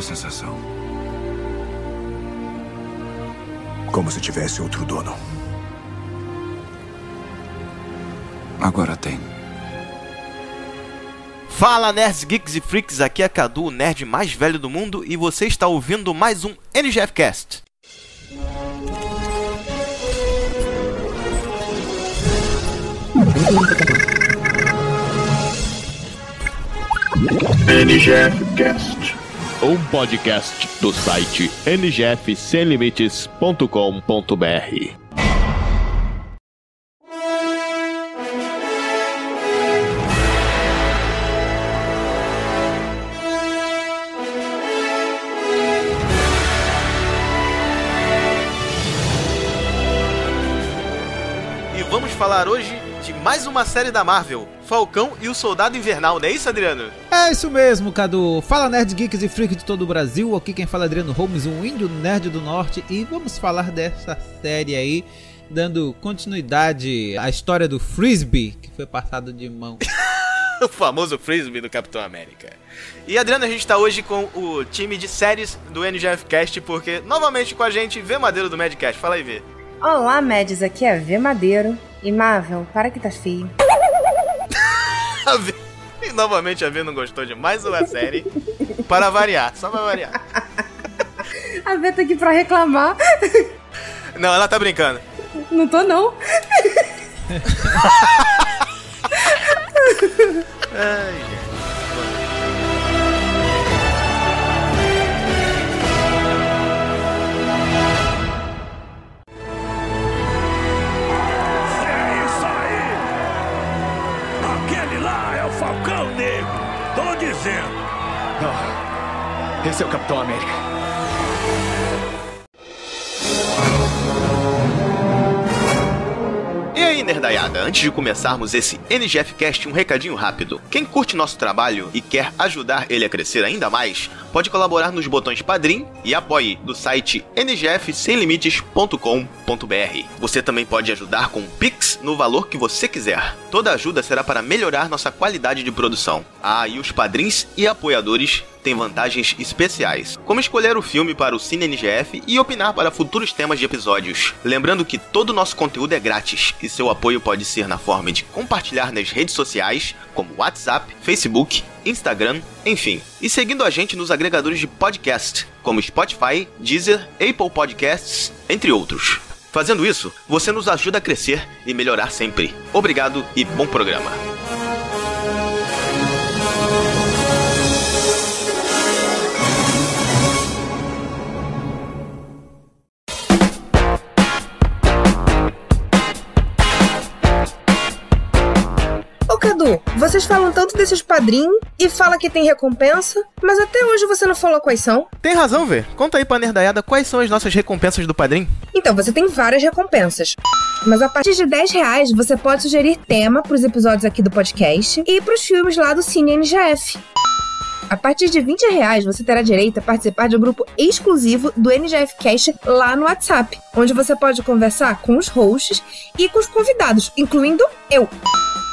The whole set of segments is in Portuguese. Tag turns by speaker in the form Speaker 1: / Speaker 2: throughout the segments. Speaker 1: sensação.
Speaker 2: Como se tivesse outro dono.
Speaker 1: Agora tem.
Speaker 3: Fala nerds, geeks e freaks, aqui é Cadu, o nerd mais velho do mundo, e você está ouvindo mais um NGF Cast.
Speaker 4: NGFcast. Um podcast do site ngfsemlimites.com.br.
Speaker 3: E vamos falar hoje de mais uma série da Marvel, Falcão e o Soldado Invernal, não é isso, Adriano?
Speaker 5: É isso mesmo, Cadu. Fala nerds, geeks e freaks de todo o Brasil. Aqui quem fala é Adriano Holmes, um índio nerd do norte. E vamos falar dessa série aí, dando continuidade à história do Frisbee, que foi passado de mão.
Speaker 3: O famoso frisbee do Capitão América. E Adriano, a gente tá hoje com o time de séries do NGF Cast, porque novamente com a gente, Vê Madeiro do Madcast. Fala aí, Vê.
Speaker 6: Olá, Médios, aqui é a V Madeiro. E Marvel, para que tá feio.
Speaker 3: A Vê- E novamente a Vê não gostou de mais uma série. Para variar, só para variar.
Speaker 6: A V tá aqui pra reclamar.
Speaker 3: Não, ela tá brincando.
Speaker 6: Não tô, não.
Speaker 7: É isso aí! Aquele lá é o Falcão Negro! Tô dizendo!
Speaker 2: Esse é o Capitão América.
Speaker 3: E aí, nerdaiada, antes de começarmos esse NGF Cast, um recadinho rápido. Quem curte nosso trabalho e quer ajudar ele a crescer ainda mais, pode colaborar nos botões Padrim e Apoie do site ngfsemlimites.com.br. Você também pode ajudar com um Pix no valor que você quiser. Toda ajuda será para melhorar nossa qualidade de produção. Ah, e os padrins e apoiadores têm vantagens especiais, como escolher o filme para o Cine NGF e opinar para futuros temas de episódios. Lembrando que todo o nosso conteúdo é grátis e seu apoio pode ser na forma de compartilhar nas redes sociais, como WhatsApp, Facebook, Instagram, enfim. E seguindo a gente nos agregadores de podcast, como Spotify, Deezer, Apple Podcasts, entre outros. Fazendo isso, você nos ajuda a crescer e melhorar sempre. Obrigado e bom programa.
Speaker 6: Ô, Cadu, vocês falam tanto desses padrinhos e fala que tem recompensa, mas até hoje você não falou quais são.
Speaker 3: Tem razão, Vê. Conta aí pra nerdaiada quais são as nossas recompensas do padrinho.
Speaker 6: Então, você tem várias recompensas. Mas a partir de 10 reais, você pode sugerir tema pros episódios aqui do podcast e pros filmes lá do Cine NGF. A partir de 20 reais, você terá direito a participar de um grupo exclusivo do NGF Cast lá no WhatsApp, onde você pode conversar com os hosts e com os convidados, incluindo eu.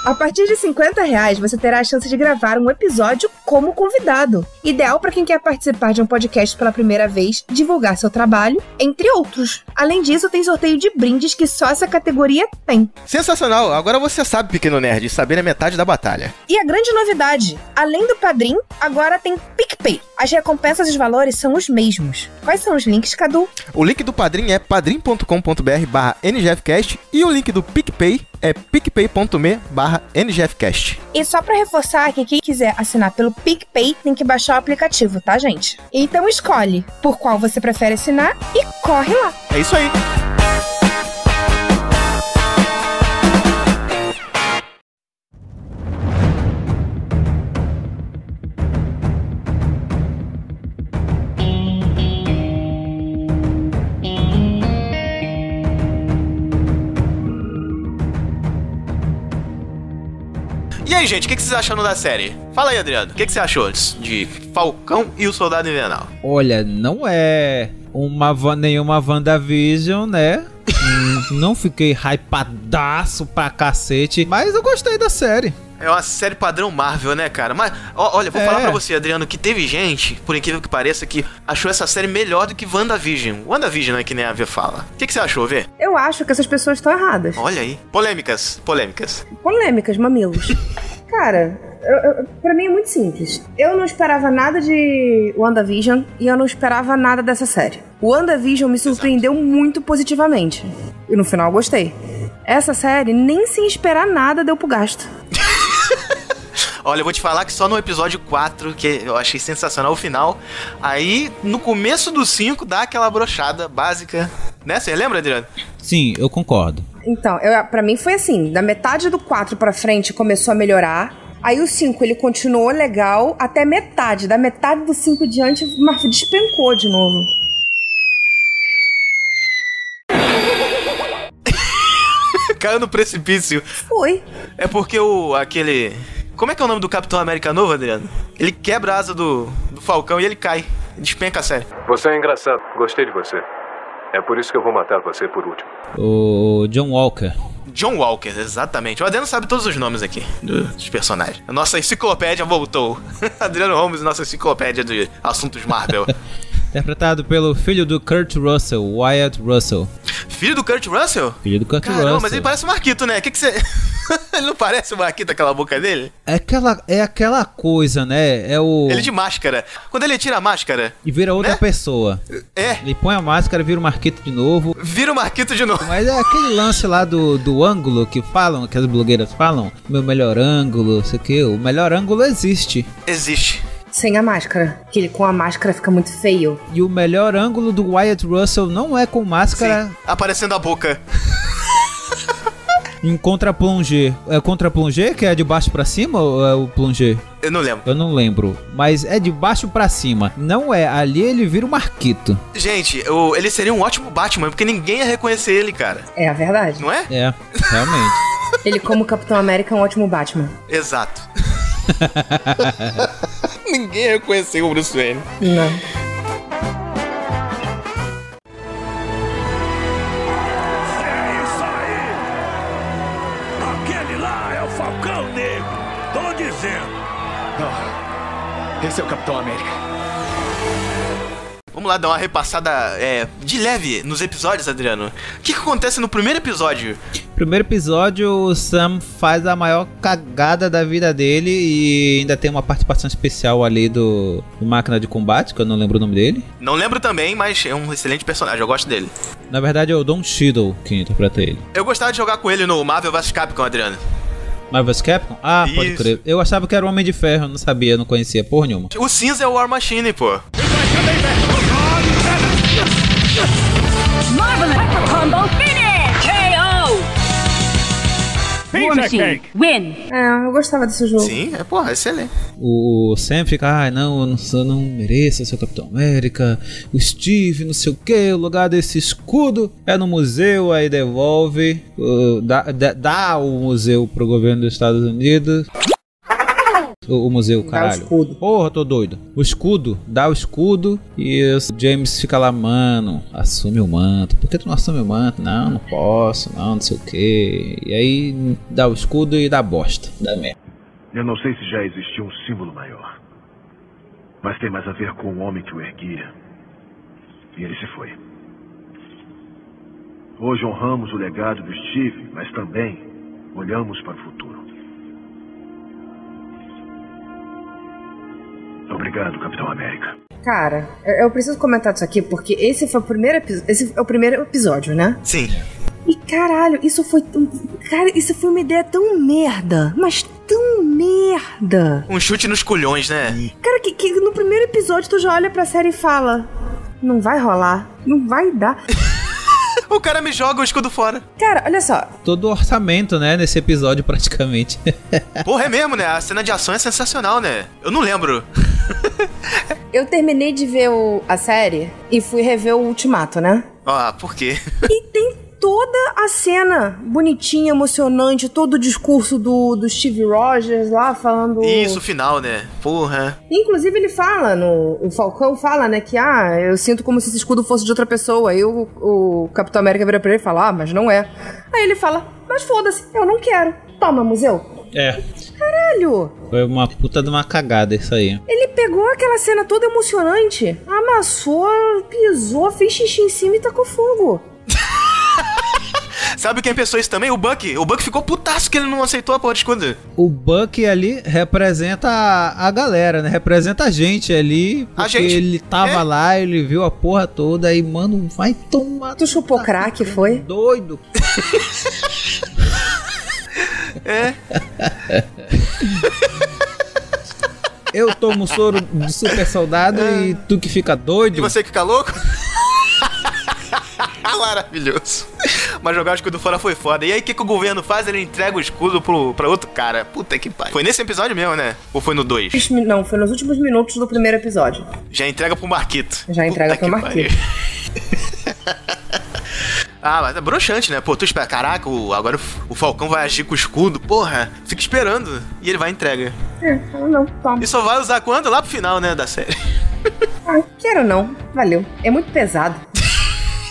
Speaker 6: A partir de 50 reais, você terá a chance de gravar um episódio como convidado. Ideal para quem quer participar de um podcast pela primeira vez, divulgar seu trabalho, entre outros. Além disso, tem sorteio de brindes que só essa categoria tem.
Speaker 3: Sensacional! Agora você sabe, pequeno nerd, saber é metade da batalha.
Speaker 6: E a grande novidade, além do Padrim, agora tem PicPay. As recompensas e os valores são os mesmos. Quais são os links, Cadu?
Speaker 3: O link do padrinho é padrim.com.br barra NGFcast e o link do PicPay é picpay.me barra NGFcast.
Speaker 6: E só pra reforçar que quem quiser assinar pelo PicPay tem que baixar o aplicativo, tá, gente? Então escolhe por qual você prefere assinar e corre lá.
Speaker 3: É isso aí! E aí, gente, o que, que vocês acharam da série? Fala aí, Adriano, o que, que você achou de Falcão e o Soldado Invernal?
Speaker 5: Olha, não é uma van- nenhuma WandaVision, né? Hum, não fiquei hypadaço pra cacete, mas eu gostei da série.
Speaker 3: É uma série padrão Marvel, né, cara? Mas, ó, olha, vou
Speaker 5: É.
Speaker 3: falar pra você, Adriano, que teve gente, por incrível que pareça, que achou essa série melhor do que WandaVision. WandaVision é que nem a V fala. O que, que você achou, V?
Speaker 6: Eu acho que essas pessoas estão erradas.
Speaker 3: Olha aí. Polêmicas, polêmicas.
Speaker 6: Polêmicas, mamilos. Cara, eu, eu- pra mim é muito simples. Eu não esperava nada de WandaVision e eu não esperava nada dessa série. O WandaVision me surpreendeu muito positivamente. E no final eu gostei. Essa série, nem sem esperar nada, deu pro gasto.
Speaker 3: Olha, eu vou te falar que só no episódio 4, que eu achei sensacional o final, aí no começo do 5 dá aquela brochada básica. Né? Você lembra, Adriano?
Speaker 5: Sim, eu concordo.
Speaker 6: Então, eu, pra mim foi assim: da metade do 4 pra frente começou a melhorar. Aí o 5 ele continuou legal até metade. Da metade do 5 diante, mas despencou de novo.
Speaker 3: Caiu no precipício.
Speaker 6: Foi.
Speaker 3: É porque o. aquele. Como é que é o nome do Capitão América novo, Adriano? Ele quebra a asa do, do Falcão e ele cai. Despenca a série.
Speaker 8: Você é engraçado. Gostei de você. É por isso que eu vou matar você por último.
Speaker 5: O John Walker.
Speaker 3: John Walker, exatamente. O Adriano sabe todos os nomes aqui do- dos personagens. A nossa enciclopédia voltou. Adriano Holmes, nossa enciclopédia de assuntos Marvel.
Speaker 5: Interpretado pelo filho do Kurt Russell, Wyatt Russell.
Speaker 3: Filho do Kurt Russell?
Speaker 5: Filho do Kurt
Speaker 3: Caramba,
Speaker 5: Russell.
Speaker 3: mas ele parece o Marquito, né? O que que você. ele não parece o Marquito, aquela boca dele?
Speaker 5: é, aquela, é aquela coisa, né? É o.
Speaker 3: Ele de máscara. Quando ele tira a máscara,
Speaker 5: E vira outra
Speaker 3: né?
Speaker 5: pessoa.
Speaker 3: é,
Speaker 5: Ele põe a máscara, vira o Marquito de novo.
Speaker 3: vira o Marquito de novo.
Speaker 5: Mas é aquele lance lá do, do ângulo que falam, que as blogueiras falam. Meu melhor ângulo, sei o que. O melhor ângulo existe.
Speaker 3: Existe.
Speaker 6: Sem a máscara. Que ele com a máscara fica muito feio.
Speaker 5: E o melhor ângulo do Wyatt Russell não é com máscara
Speaker 3: Sim. Aparecendo a boca.
Speaker 5: em contra-plongé. É contra-plongé que é de baixo pra cima ou é o plongé?
Speaker 3: Eu não lembro.
Speaker 5: Eu não lembro. Mas é de baixo pra cima. Não é. Ali ele vira o Marquito.
Speaker 3: Gente, o- ele seria um ótimo Batman, porque ninguém ia reconhecer ele, cara.
Speaker 6: É a verdade.
Speaker 3: Não é?
Speaker 5: É, realmente.
Speaker 6: Ele, como Capitão América, é um ótimo Batman.
Speaker 3: Exato. ninguém ia reconhecer o Bruce Wayne.
Speaker 6: Não.
Speaker 7: É isso aí! Aquele lá é o Falcão Negro! Tô dizendo!
Speaker 9: Não. Esse é o Capitão América.
Speaker 3: Vamos lá dar uma repassada é, de leve nos episódios, Adriano. O que, que acontece no primeiro episódio?
Speaker 5: Primeiro episódio, o Sam faz a maior cagada da vida dele e ainda tem uma participação especial ali do, do Máquina de Combate, que eu não lembro o nome dele.
Speaker 3: Não lembro também, mas é um excelente personagem, eu gosto dele.
Speaker 5: Na verdade é o Don Cheadle que interpreta ele.
Speaker 3: Eu gostava de jogar com ele no Marvel vs Capcom, Adriano.
Speaker 5: Marvel's Capcom? Ah, pode
Speaker 3: Isso.
Speaker 5: crer. Eu achava que era o Homem de Ferro, eu não sabia, eu não conhecia porra nenhuma.
Speaker 3: O cinza é o War Machine, pô.
Speaker 10: Marvelous Pepper Combo Finish! KO! War Machine, win!
Speaker 6: É, eu gostava desse jogo.
Speaker 3: Sim, é, porra, excelente.
Speaker 5: O Sam fica, ai não, eu não, sou- não mereço ser o Capitão América, o Steve, não sei o que, o lugar desse escudo é no museu, aí devolve, uh, dá, dá- dá o museu pro governo dos Estados Unidos. O, o museu, caralho.
Speaker 6: escudo.
Speaker 5: Porra, tô doido. O escudo, dá o escudo e o James fica lá, mano, assume o manto. Por que tu não assume o manto? Não, não posso, não, não sei o que. E aí dá o escudo e dá bosta, dá merda.
Speaker 11: Eu não sei se já existiu um símbolo maior. Mas tem mais a ver com o homem que o erguia. E ele se foi. Hoje honramos o legado do Steve, mas também olhamos para o futuro. Obrigado, Capitão América.
Speaker 6: Cara, eu, eu preciso comentar disso aqui, porque esse foi o primeiro episódio. Esse é o primeiro episódio, né?
Speaker 3: Sim.
Speaker 6: E caralho, isso foi tão. Cara, isso foi uma ideia tão merda. Mas tão merda.
Speaker 3: Um chute nos culhões, né?
Speaker 6: Cara, que, que no primeiro episódio tu já olha pra série e fala. Não vai rolar. Não vai dar.
Speaker 3: O cara me joga o escudo fora.
Speaker 6: Cara, olha só.
Speaker 5: todo o orçamento, né, nesse episódio praticamente.
Speaker 3: Porra, é mesmo, né? A cena de ação é sensacional, né? Eu não lembro.
Speaker 6: Eu terminei de ver o- a série e fui rever o Ultimato, né?
Speaker 3: Ah, por quê?
Speaker 6: E tem toda a cena bonitinha, emocionante, todo o discurso do, do Steve Rogers lá falando.
Speaker 3: Isso, o final, né? Porra.
Speaker 6: Inclusive, ele fala, no, o Falcão fala, né, que ah, eu sinto como se esse escudo fosse de outra pessoa. Aí o, o Capitão América vira pra ele e fala, ah, mas não é. Aí ele fala, mas foda-se, eu não quero. Toma, museu.
Speaker 5: É.
Speaker 6: Caralho!
Speaker 5: Foi uma puta de uma cagada isso aí.
Speaker 6: Ele pegou aquela cena toda emocionante, amassou, pisou, fez xixi em cima e tacou fogo.
Speaker 3: Sabe quem pensou isso também? O Buck. O Buck ficou putaço que ele não aceitou a porra de esconder.
Speaker 5: O Buck ali representa a, a galera, né? Representa a gente ali. Porque
Speaker 3: A gente. é.
Speaker 5: ele tava lá, ele viu a porra toda e, mano, vai tomar.
Speaker 6: Tu chupou crack, foi?
Speaker 5: Doido.
Speaker 3: É.
Speaker 5: Eu tomo soro de super soldado e tu que fica doido.
Speaker 3: É. E você que fica louco? Maravilhoso. Mas jogar o escudo fora foi foda. E aí, o que, que o governo faz? Ele entrega o escudo pro, pra outro cara. Puta que pariu. Foi nesse episódio mesmo, né? Ou foi no 2?
Speaker 6: Ixi, Não, foi nos últimos minutos do primeiro episódio.
Speaker 3: Já entrega pro Marquito.
Speaker 6: Já entrega pro
Speaker 3: que
Speaker 6: Marquito.
Speaker 3: pariu. ah, mas é broxante, né? Pô, tu espera. Caraca, o- agora o, F- o Falcão vai agir com o escudo. Porra, fica esperando. E ele vai e entrega.
Speaker 6: É, ah, não, toma.
Speaker 3: E só vai usar quando? Lá pro final, né? Da série.
Speaker 6: Ah, quero não, valeu. É muito pesado.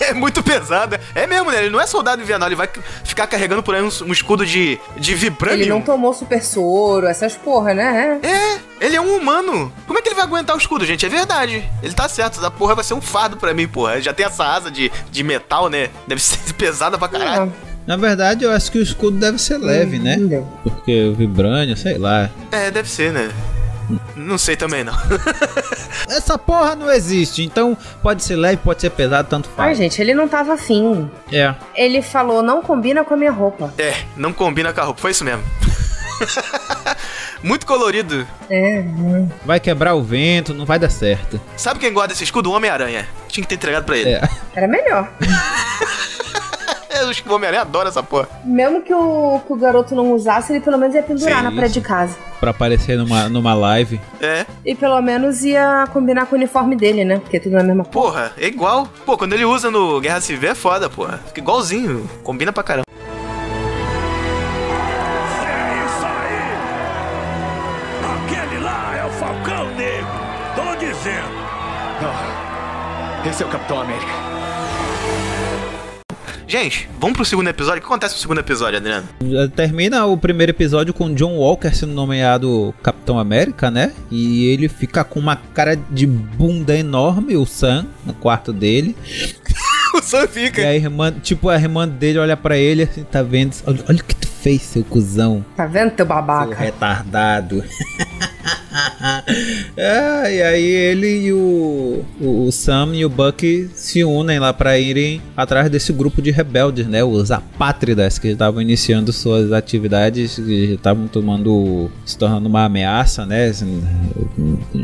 Speaker 3: É muito pesada. É mesmo, né? Ele não é soldado invernal. Ele vai c- ficar carregando por aí um, um escudo de, de vibranium.
Speaker 6: Ele não tá- tomou super soro, essas porra, né?
Speaker 3: É, ele é um humano. Como é que ele vai aguentar o escudo, gente? É verdade. Ele tá certo. Essa porra vai ser um fardo pra mim, porra. Ele Já tem essa asa de, de metal, né? Deve ser pesada pra caralho.
Speaker 5: Na verdade, eu acho que o escudo deve ser leve,
Speaker 3: Hum.
Speaker 5: né? Porque o vibrânio, sei lá.
Speaker 3: É, deve ser, né? Não sei também, não.
Speaker 5: Essa porra não existe, então pode ser leve, pode ser pesado, tanto
Speaker 6: Ai,
Speaker 5: faz.
Speaker 6: gente, ele não tava afim.
Speaker 5: É.
Speaker 6: Ele falou, não combina com a minha roupa.
Speaker 3: É, não combina com a roupa. Foi isso mesmo. Muito colorido.
Speaker 6: É. hum.
Speaker 5: Vai quebrar o vento, não vai dar certo.
Speaker 3: Sabe quem guarda esse escudo? O Homem-Aranha. Tinha que ter entregado pra ele.
Speaker 5: É.
Speaker 6: Era melhor.
Speaker 3: Eu acho que o Homem-Aranha adora essa porra.
Speaker 6: Mesmo que o, que o garoto não usasse, ele pelo menos ia pendurar
Speaker 5: Sim,
Speaker 6: na parede
Speaker 5: isso.
Speaker 6: de casa.
Speaker 5: Pra aparecer numa, numa live.
Speaker 3: É.
Speaker 6: E pelo menos ia combinar com o uniforme dele, né? Porque tudo na mesma cor.
Speaker 3: Porra, é igual. Pô, quando ele usa no Guerra Civil é foda, porra. Fica igualzinho. Combina pra caramba.
Speaker 7: É isso aí! Aquele lá é o Falcão Negro! Tô dizendo!
Speaker 2: Não. Esse é o Capitão América.
Speaker 3: Gente, vamos pro segundo episódio. O que acontece no segundo episódio, Adriano?
Speaker 5: Termina o primeiro episódio com John Walker sendo nomeado Capitão América, né? E ele fica com uma cara de bunda enorme, o Sam, no quarto dele.
Speaker 3: o Sam fica.
Speaker 5: E a irmã, tipo, a irmã dele olha pra ele assim, tá vendo? Olha, olha o que tu fez, seu cuzão.
Speaker 6: Tá vendo, teu
Speaker 5: Seu
Speaker 6: babaca?
Speaker 5: retardado. é, e aí ele e o, o, o Sam e o Buck se unem lá pra irem atrás desse grupo de rebeldes, né? Os apátridas que estavam iniciando suas atividades, que estavam tomando. se tornando uma ameaça, né? Assim,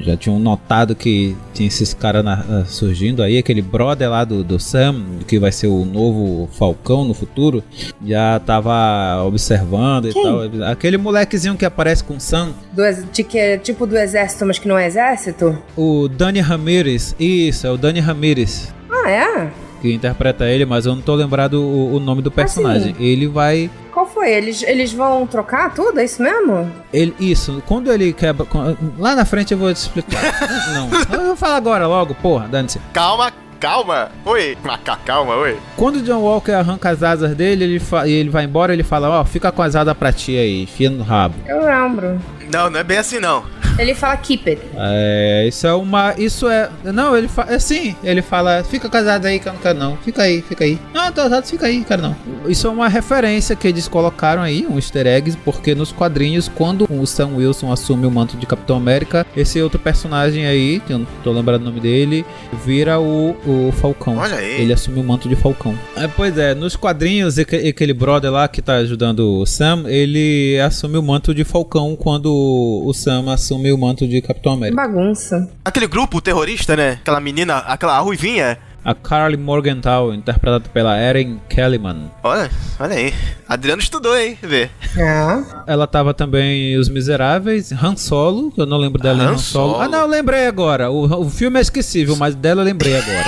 Speaker 5: Já tinham notado que tinha esses caras na- ah, surgindo aí, aquele brother lá do, do Sam, que vai ser o novo Falcão no futuro, já tava observando
Speaker 6: Quem?
Speaker 5: e tal. Aquele molequezinho que aparece com o Sam,
Speaker 6: Do ex- de que é tipo do exército, mas que não é exército?
Speaker 5: o Dani Ramirez. Isso, é o Dani Ramirez.
Speaker 6: Ah, é?
Speaker 5: Que interpreta ele, mas eu não tô lembrado o, o nome do personagem. Ele vai.
Speaker 6: Qual foi? Eles, eles vão trocar tudo? É isso mesmo?
Speaker 5: Ele, isso, quando ele quebra. quan- Lá na frente eu vou te explicar. não, eu vou falar agora logo, porra, dane-se.
Speaker 3: Calma, calma. Oi. Maca, calma, oi.
Speaker 5: Quando o John Walker arranca as asas dele ele fa- e ele vai embora, ele fala: Ó, fica com as asas pra ti aí, enfia no rabo.
Speaker 6: Eu lembro.
Speaker 3: Não, não é bem assim, não.
Speaker 6: Ele fala keep it.
Speaker 5: É, isso é uma. Isso é. Não, ele fala. Assim, ele fala. Fica casado aí, que eu não quero não. Fica aí, fica aí. Não, tô casado, fica aí, cara não. Isso é uma referência que eles colocaram aí, um easter egg, porque nos quadrinhos, quando o Sam Wilson assume o manto de Capitão América, esse outro personagem aí, que eu não tô lembrando o nome dele, vira o, o Falcão.
Speaker 3: Olha aí.
Speaker 5: Ele assumiu o manto de Falcão. É, pois é, nos quadrinhos, aque- aquele brother lá que tá ajudando o Sam, ele assume o manto de Falcão quando o Sam assume o manto de Capitão América.
Speaker 6: Bagunça.
Speaker 3: Aquele grupo terrorista, né? Aquela menina, aquela ruivinha.
Speaker 5: A Carly Morgenthau, interpretada pela Erin Kellyman.
Speaker 3: Olha, olha aí. Adriano estudou, hein? Vê.
Speaker 6: Ah.
Speaker 5: Ela tava também em Os Miseráveis, Han Solo, que eu não lembro dela em
Speaker 3: Han
Speaker 5: Han Solo.
Speaker 3: Solo.
Speaker 5: Ah, não, lembrei agora. O, o filme é esquecível, mas dela eu lembrei agora.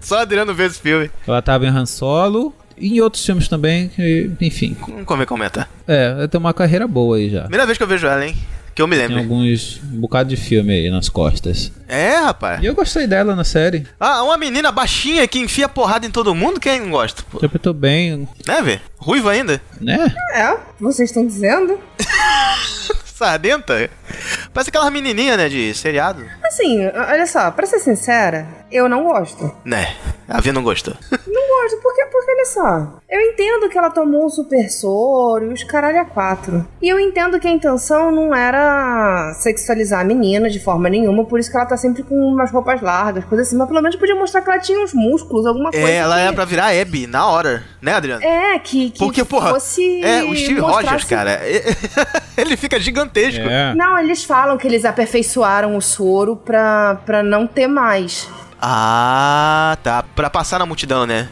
Speaker 3: Só Adriano vê esse filme.
Speaker 5: Ela tava em Han Solo e em outros filmes também, que, enfim.
Speaker 3: Não convém comentar.
Speaker 5: É, ela tem uma carreira boa aí já.
Speaker 3: Primeira vez que eu vejo ela, hein? Que eu me lembro.
Speaker 5: Tem alguns. um bocado de filme aí nas costas.
Speaker 3: É, rapaz.
Speaker 5: E eu gostei dela na série.
Speaker 3: Ah, uma menina baixinha que enfia porrada em todo mundo, quem não gosta? Pô.
Speaker 5: Interpretou bem.
Speaker 3: Né, vê? Ruiva ainda?
Speaker 5: Né?
Speaker 6: É, vocês estão dizendo?
Speaker 3: Sardenta? Parece aquelas menininha, né, de seriado.
Speaker 6: Assim, olha só, pra ser sincera, eu não gosto.
Speaker 3: Né, a Vi não gostou.
Speaker 6: Não gosto, porque, porque olha só, eu entendo que ela tomou um super soro e os caralho a quatro. E eu entendo que a intenção não era sexualizar a menina de forma nenhuma, por isso que ela tá sempre com umas roupas largas, coisas assim, mas pelo menos podia mostrar que ela tinha uns músculos, alguma coisa.
Speaker 3: É, ela
Speaker 6: que...
Speaker 3: era pra virar Abby na hora, né, Adriano?
Speaker 6: É, que, que
Speaker 3: Porque, porra,
Speaker 6: fosse
Speaker 3: é, o Steve
Speaker 6: mostrasse-
Speaker 3: Rogers, cara, ele fica gigantesco.
Speaker 5: É.
Speaker 6: Não, eles falam que eles aperfeiçoaram o soro pra, pra não ter mais.
Speaker 3: Ah, tá. Pra passar na multidão, né?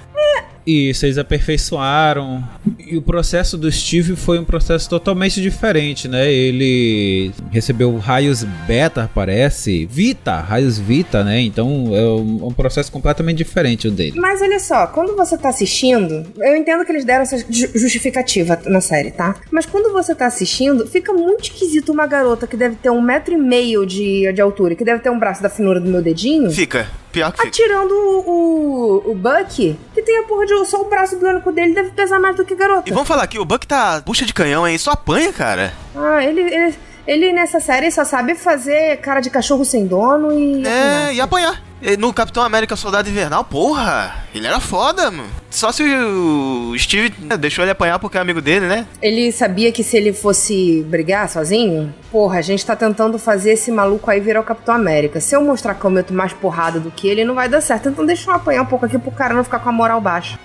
Speaker 5: E vocês aperfeiçoaram. E o processo do Steve foi um processo totalmente diferente, né? Ele recebeu raios beta, parece. Vita, raios Vita, né? Então é um, um processo completamente diferente o dele.
Speaker 6: Mas olha só, quando você tá assistindo, eu entendo que eles deram essa ju- justificativa na série, tá? Mas quando você tá assistindo, fica muito esquisito uma garota que deve ter um metro e meio de, de altura, que deve ter um braço da finura do meu dedinho.
Speaker 3: Fica. Pior que fica.
Speaker 6: Atirando o, o, o Buck, que tem a porra de só o braço biônico dele, deve pesar mais do que a garota.
Speaker 3: E vamos falar aqui, o Buck tá bucha de canhão, hein? Só apanha, cara.
Speaker 6: Ah, ele, ele, ele nessa série só sabe fazer cara de cachorro sem dono e.
Speaker 3: É, e apanhar. E No Capitão América Soldado Invernal, porra, ele era foda, mano. Só se o Steve né, deixou ele apanhar porque é amigo dele, né?
Speaker 6: Ele sabia que se ele fosse brigar sozinho, porra, a gente tá tentando fazer esse maluco aí virar o Capitão América. Se eu mostrar que eu meto mais porrada do que ele, não vai dar certo. Então deixa eu apanhar um pouco aqui pro cara não ficar com a moral baixa.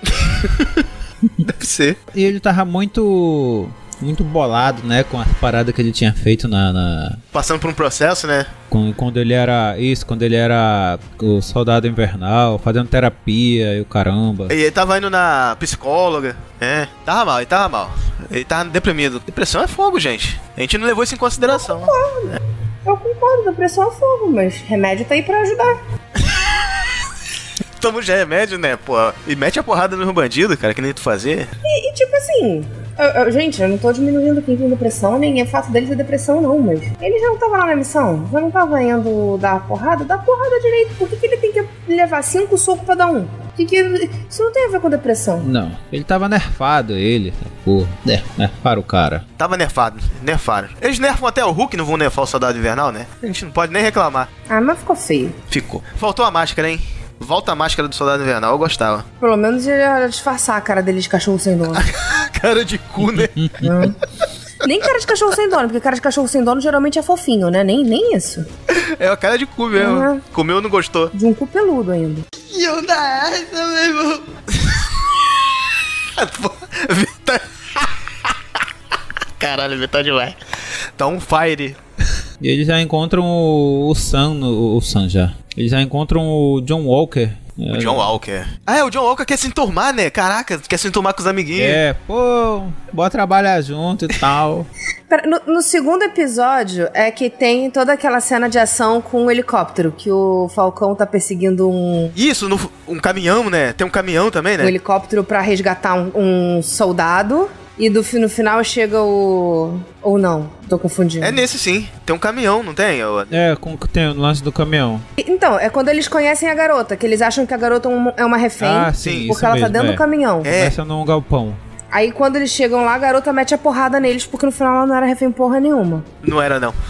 Speaker 3: Deve ser.
Speaker 5: E ele tava muito. muito bolado, né? Com a parada que ele tinha feito na- na,
Speaker 3: Passando por um processo, né?
Speaker 5: Com- Quando ele era. Isso, quando ele era o soldado invernal, fazendo terapia e o caramba.
Speaker 3: E ele tava indo na psicóloga, é. Tava mal, ele tava mal. Ele tava deprimido. Depressão é fogo, gente. A gente não levou isso em consideração.
Speaker 6: Eu concordo, depressão é fogo, mas remédio tá aí pra ajudar.
Speaker 3: Toma já remédio, né, pô? E mete a porrada no bandido, cara, que nem tu fazer.
Speaker 6: E, e tipo assim, eu- eu- gente, eu não tô diminuindo quem tem depressão, nem é fato dele ter depressão, não, mas ele já não tava lá na missão, já não tava indo dar porrada, dá porrada direito. Por que, que ele tem que levar cinco socos pra dar um? Que que, isso não tem a ver com depressão.
Speaker 5: Não, ele tava nerfado, ele. essa Porra, ner- nerfaram É, né, o cara.
Speaker 3: Tava nerfado, nerfaram. Eles nerfam até o Hulk, não vão nerfar o soldado invernal, né? A gente não pode nem reclamar.
Speaker 6: Ah, mas ficou feio.
Speaker 3: Ficou. Faltou a máscara, hein? Volta a máscara do soldado invernal, eu gostava.
Speaker 6: Pelo menos ele ia disfarçar a cara dele de cachorro sem dono.
Speaker 3: Cara de cu, né?
Speaker 6: nem cara de cachorro sem dono, porque cara de cachorro sem dono geralmente é fofinho, né? Nem, nem isso.
Speaker 3: É a cara de cu mesmo.
Speaker 6: Uhum.
Speaker 3: Comeu, não gostou.
Speaker 6: De um cu peludo ainda.
Speaker 3: E eu da essa, meu irmão. Vita... Caralho, Vitor é demais. Tá um fire.
Speaker 5: E eles já encontram o, o Sam, no- o Sam já. Eles já encontram o John Walker.
Speaker 3: O John Walker. Ah, é, o John Walker quer se enturmar, né? Caraca, quer se enturmar com os amiguinhos.
Speaker 5: É, pô, bora trabalhar junto e tal.
Speaker 6: Pera, no, no segundo episódio é que tem toda aquela cena de ação com um helicóptero, que o Falcão tá perseguindo um,
Speaker 3: Isso, no- um caminhão, né? Tem um caminhão também,
Speaker 6: um
Speaker 5: É.
Speaker 3: né?
Speaker 6: helicóptero pra resgatar um, um soldado. E do, fi- no final chega o. Ou não, tô confundindo.
Speaker 3: É nesse sim. Tem um caminhão, não tem? Eu-
Speaker 5: É, com que tem o lance do caminhão.
Speaker 6: Então, é quando eles conhecem a garota, que eles acham que a garota é um- é uma refém.
Speaker 5: Ah, sim,
Speaker 3: sim,
Speaker 6: porque
Speaker 5: isso
Speaker 6: ela tá
Speaker 5: mesmo,
Speaker 6: dentro
Speaker 5: é.
Speaker 6: do caminhão.
Speaker 3: É.
Speaker 5: Começa num galpão.
Speaker 6: Aí quando eles chegam lá, a garota mete a porrada neles, porque no final ela não era refém porra nenhuma.
Speaker 3: Não era, não.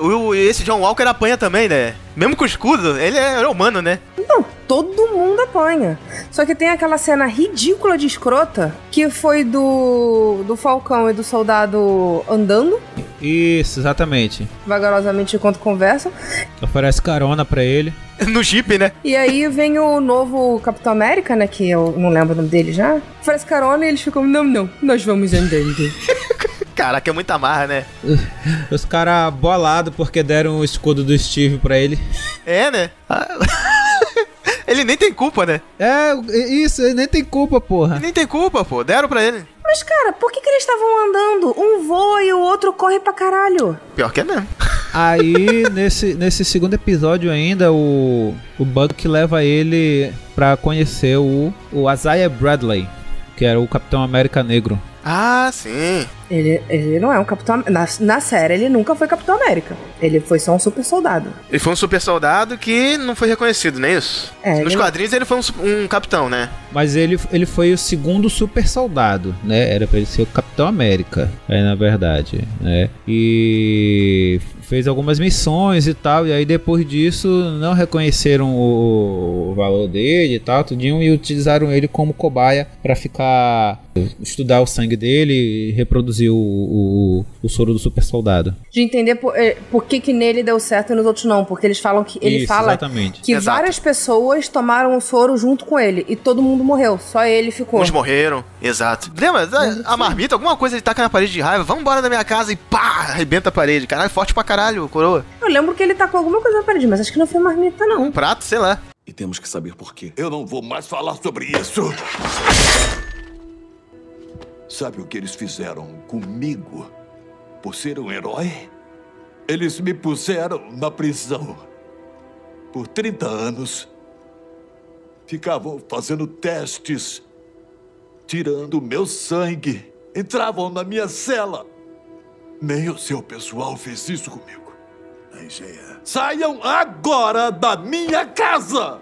Speaker 3: O- Esse John Walker apanha também, né? Mesmo com o escudo, ele é humano, né?
Speaker 6: Não, todo mundo apanha. Só que tem aquela cena ridícula de escrota, que foi do, do Falcão e do soldado andando,
Speaker 5: Isso, exatamente.
Speaker 6: vagarosamente enquanto conversam.
Speaker 5: Oferece carona pra ele.
Speaker 3: No Jeep, né?
Speaker 6: E aí vem o novo Capitão América, né, que eu não lembro o nome dele já. Faz carona e eles ficam, não, não, nós vamos andando.
Speaker 3: Caraca, é muita marra, né?
Speaker 5: Os caras bolado porque deram o escudo do Steve pra ele.
Speaker 3: É, né? Ah, ele nem tem culpa, né?
Speaker 5: É, isso, ele nem tem culpa, porra.
Speaker 3: Ele nem tem culpa, pô. Deram pra ele.
Speaker 6: Mas, cara, por que, que eles estavam andando? Um voa e o outro corre pra caralho.
Speaker 3: Pior que é mesmo.
Speaker 5: Aí, nesse, nesse segundo episódio ainda, o, o Buck leva ele pra conhecer o, o Isaiah Bradley, que era o Capitão América Negro.
Speaker 3: Ah, sim.
Speaker 6: Ele, ele não é um Capitão na, na série, ele nunca foi Capitão América. Ele foi só um super soldado.
Speaker 3: Ele foi um super soldado que não foi reconhecido, não é isso?
Speaker 6: É,
Speaker 3: Nos
Speaker 6: ele-
Speaker 3: quadrinhos ele foi um, su- um capitão, né?
Speaker 5: Mas ele, ele foi o segundo super soldado, né? Era pra ele ser o Capitão América, é, na verdade, né? E fez algumas missões e tal, e aí depois disso não reconheceram o, o valor dele e tal, tudinho, e utilizaram ele como cobaia pra ficar... estudar o sangue dele e reproduzir o, o, o soro do super soldado.
Speaker 6: De entender por, eh, por que, que nele deu certo e nos outros não. Porque eles falam que. Ele
Speaker 5: Isso,
Speaker 6: fala
Speaker 5: exatamente.
Speaker 6: que
Speaker 3: Exato.
Speaker 6: várias pessoas tomaram o soro junto com ele. E todo mundo morreu. Só ele ficou.
Speaker 3: Uns morreram. Exato. Lembra? A, a marmita, alguma coisa ele taca na parede de raiva, vamos embora da minha casa e pá, arrebenta a parede. Caralho, forte pra caralho, coroa.
Speaker 6: Eu lembro que ele tacou alguma coisa na parede, mas acho que não foi marmita, não.
Speaker 3: Um prato, sei lá.
Speaker 7: E temos que saber por quê. Eu não vou mais falar sobre isso. Sabe o que eles fizeram comigo? Por ser um herói? Eles me puseram na prisão. Por 30 anos. Ficavam fazendo testes, tirando meu sangue. Entravam na minha cela. Nem o seu pessoal fez isso comigo. Saiam agora da minha casa!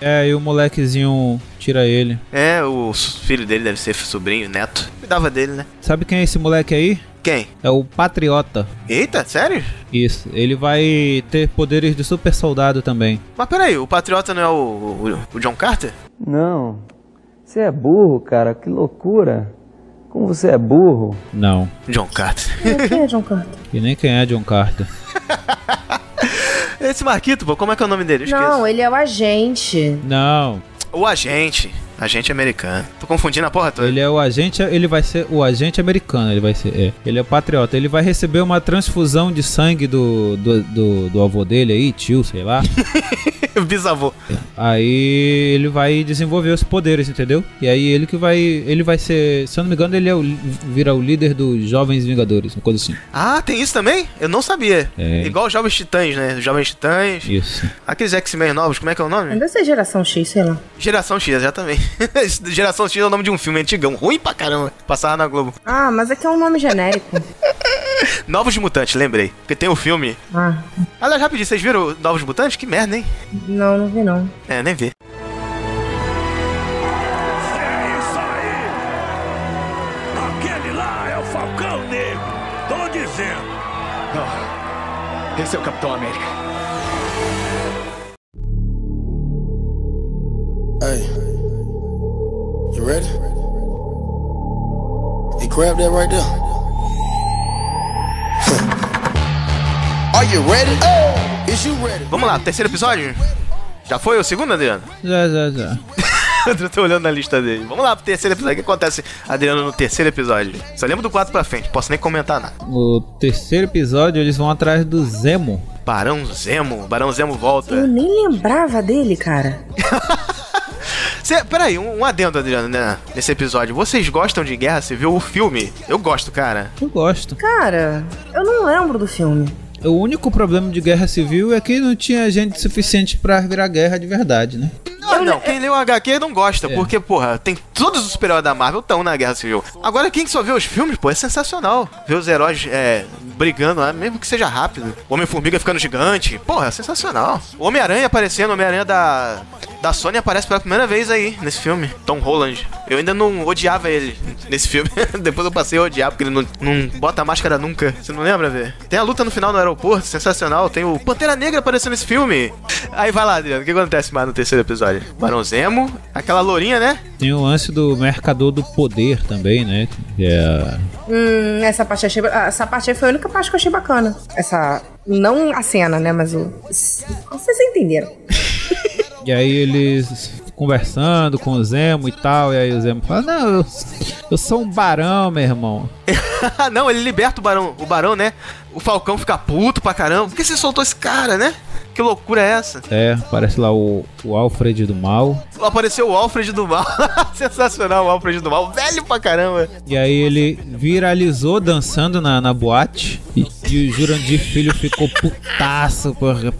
Speaker 5: É, e o molequezinho tira ele.
Speaker 3: É, o filho dele deve ser sobrinho, neto. Cuidava dele, né?
Speaker 5: Sabe quem é esse moleque aí?
Speaker 3: Quem?
Speaker 5: É o Patriota.
Speaker 3: Eita, sério?
Speaker 5: Isso, ele vai ter poderes de super soldado também.
Speaker 3: Mas peraí, o Patriota não é o, o- o John Carter?
Speaker 12: Não. Você é burro, cara. Que loucura. Como você é burro.
Speaker 5: Não.
Speaker 3: John Carter.
Speaker 6: Quem é John Carter?
Speaker 5: E nem quem é John Carter.
Speaker 3: Esse Marquito, pô, como é que é o nome dele? Eu esqueço.
Speaker 6: Não, ele é o agente.
Speaker 5: Não.
Speaker 3: O agente. Agente americano. Tô confundindo a porra toda.
Speaker 5: Ele é o agente, ele vai ser o agente americano, ele vai ser, é. Ele é o patriota, ele vai receber uma transfusão de sangue do do, do, do avô dele aí, tio, sei lá.
Speaker 3: Bisavô.
Speaker 5: aí ele vai desenvolver os poderes, entendeu? E aí ele que vai, ele vai ser, se eu não me engano, ele é o, li- vira o líder dos Jovens Vingadores, uma coisa assim.
Speaker 3: Ah, tem isso também? Eu não sabia.
Speaker 5: É.
Speaker 3: Igual os Jovens Titãs, né? Os Jovens Titãs.
Speaker 5: Isso.
Speaker 3: Aqueles X-Men novos, como é que é o nome?
Speaker 6: Ainda ser geração X, sei lá.
Speaker 3: Geração X, exatamente. Geração X é o nome de um filme antigão, ruim pra caramba. Passava na Globo.
Speaker 6: Ah, mas aqui é um nome genérico.
Speaker 3: Novos Mutantes, lembrei. Porque tem o filme.
Speaker 6: Ah,
Speaker 3: Aliás, rapidinho, vocês viram o Novos Mutantes? Que merda, hein?
Speaker 6: não, não vi não.
Speaker 3: É, nem vi.
Speaker 7: É isso aí! Aquele lá é o Falcão Negro! Tô dizendo!
Speaker 2: Não, esse é o Capitão América.
Speaker 13: Hey, you ready? Hey, grab
Speaker 14: né,
Speaker 13: that right there. Are you ready? Oh, is you ready?
Speaker 3: Vamos lá, terceiro episódio? Já foi o segundo, Adriano?
Speaker 5: Já, já, já.
Speaker 3: Eu tô olhando na lista dele. Vamos lá pro terceiro episódio. O que acontece, Adriano, no terceiro episódio? Só lembro do 4 pra frente, posso nem comentar nada.
Speaker 5: No terceiro episódio eles vão atrás do Zemo.
Speaker 3: Barão Zemo, Barão Zemo
Speaker 6: Eu
Speaker 3: volta.
Speaker 6: nem lembrava dele, cara.
Speaker 3: Cê, peraí, um, um adendo, Adriano, né? Nesse episódio. Vocês gostam de guerra civil? O filme? Eu gosto, cara.
Speaker 5: Eu gosto.
Speaker 6: Cara, eu não lembro do filme.
Speaker 5: O único problema de guerra civil é que não tinha gente suficiente pra virar guerra de verdade, né?
Speaker 3: Ah, não, quem leu o HQ não gosta, porque, porra, tem todos os super-heróis da Marvel estão na Guerra Civil. Agora, quem só vê os filmes, pô, é sensacional. Ver os heróis é, brigando lá, mesmo que seja rápido. O Homem-Formiga ficando gigante, porra, é sensacional. O Homem-Aranha aparecendo, o Homem-Aranha da, da Sony aparece pela primeira vez aí, nesse filme. Tom Holland. Eu ainda não odiava ele nesse filme. Depois eu passei a odiar, porque ele não, não bota a máscara nunca. Você não lembra, velho? Tem a luta no final no aeroporto, sensacional. Tem o Pantera Negra aparecendo nesse filme. Aí vai lá, Adriano, o que acontece mais no terceiro episódio? Barão Zemo, aquela lourinha, né?
Speaker 5: Tem o lance do mercador do poder também, né? Que é-
Speaker 6: Hum, essa parte achei. ah, Essa parte aí foi a única parte que eu achei bacana. Essa. Não a cena, né? Mas o. Vocês entenderam.
Speaker 5: E aí eles conversando com o Zemo e tal, e aí o Zemo fala, não, eu, eu sou um barão, meu irmão.
Speaker 3: não, ele liberta o barão, o barão, né? O Falcão fica puto pra caramba. Por que você soltou esse cara, né? Que loucura é essa?
Speaker 5: É, parece lá o, o Alfred do mal.
Speaker 3: Apareceu o Alfred do Mal. Sensacional o Alfred do Mal. Velho pra caramba.
Speaker 5: E aí ele viralizou dançando na, na boate. E, e o Jurandir Filho ficou putaço, porra.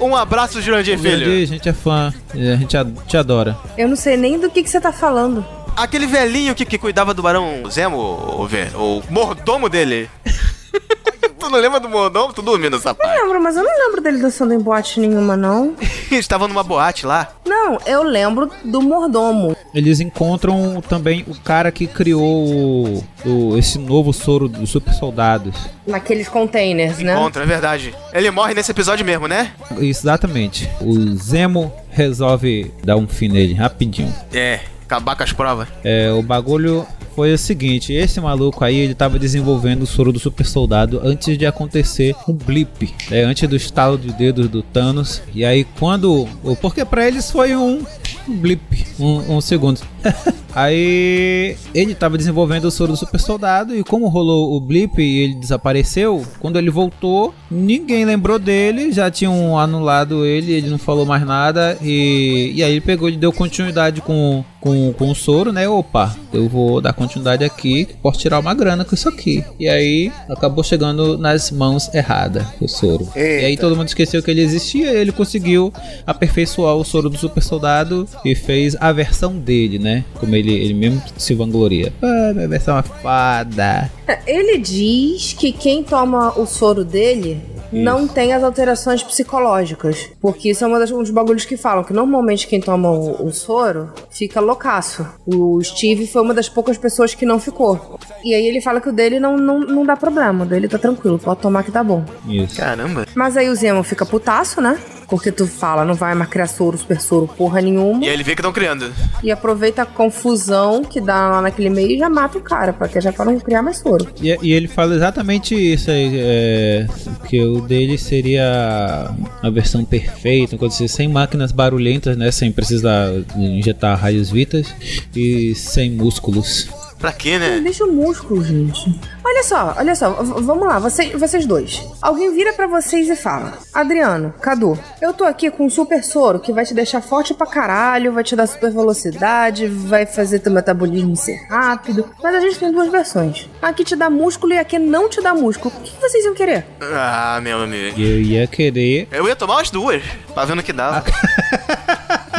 Speaker 3: Um abraço, Jurandir Filho.
Speaker 5: Jurandir, a gente é fã, a gente a- te adora.
Speaker 6: Eu não sei nem do que, que você tá falando.
Speaker 3: Aquele velhinho que, que cuidava do Barão Zemo, o, o, o mordomo dele. tu não lembra do mordomo? Tu dormiu nessa parte.
Speaker 6: Eu lembro, mas eu não lembro dele dançando em boate nenhuma, não.
Speaker 3: Estavam numa boate lá.
Speaker 6: Não, eu lembro do mordomo.
Speaker 5: Eles encontram também o cara que criou o, o- esse novo soro dos super soldados.
Speaker 6: Naqueles containers, né?
Speaker 3: Encontro, é verdade. Ele morre nesse episódio mesmo, né?
Speaker 5: Exatamente. O Zemo resolve dar um fim nele rapidinho.
Speaker 3: É, acabar com as provas.
Speaker 5: É, o bagulho foi o seguinte, esse maluco aí, ele tava desenvolvendo o soro do super soldado antes de acontecer um blip, é, antes do estalo de dedos do Thanos. E aí quando, porque pra eles foi um blip, um, um segundo. aí ele tava desenvolvendo o soro do super soldado e como rolou o blip e ele desapareceu, quando ele voltou, ninguém lembrou dele, já um tinham anulado ele, ele não falou mais nada e, e aí ele pegou, ele deu continuidade com com, com o soro, né? Opa, eu vou dar continuidade aqui, que posso tirar uma grana com isso aqui. E aí acabou chegando nas mãos erradas o soro. E aí todo mundo esqueceu que ele existia e ele conseguiu aperfeiçoar o soro do super soldado e fez a versão dele, né? Como ele, ele mesmo se vangloria. Ah, minha versão é fada.
Speaker 6: Ele diz que quem toma o soro dele não tem as alterações psicológicas. Porque isso é uma das- um dos bagulhos que falam, que normalmente quem toma o, o soro fica loucaço. O Steve foi uma das poucas pessoas que não ficou. E aí ele fala que o dele não, não, não dá problema, o dele tá tranquilo, pode tomar que tá bom.
Speaker 5: Isso.
Speaker 3: Caramba.
Speaker 6: Mas aí o Zemo fica putaço, né? Porque tu fala, não vai mais criar soro, super soro, porra nenhuma.
Speaker 3: E aí ele vê que estão criando.
Speaker 6: E aproveita a confusão que dá lá naquele meio e já mata o cara, porque já pra não criar mais soro.
Speaker 5: E, e ele fala exatamente isso aí, é, que o dele seria a versão perfeita, uma coisa assim, sem máquinas barulhentas, né, sem precisar injetar raios vitas e sem músculos.
Speaker 3: Pra quê, né?
Speaker 6: Deixa o músculo, gente. Olha só, olha só, v- vamos lá, vocês, vocês dois. Alguém vira pra vocês e fala: Adriano, Cadu, eu tô aqui com um super soro que vai te deixar forte pra caralho, vai te dar super velocidade, vai fazer teu metabolismo ser rápido. Mas a gente tem duas versões: a que te dá músculo e a que não te dá músculo. O que que vocês iam querer?
Speaker 3: Ah, meu amigo.
Speaker 5: E eu ia querer,
Speaker 3: Eu ia tomar as duas, pra ver no que dava.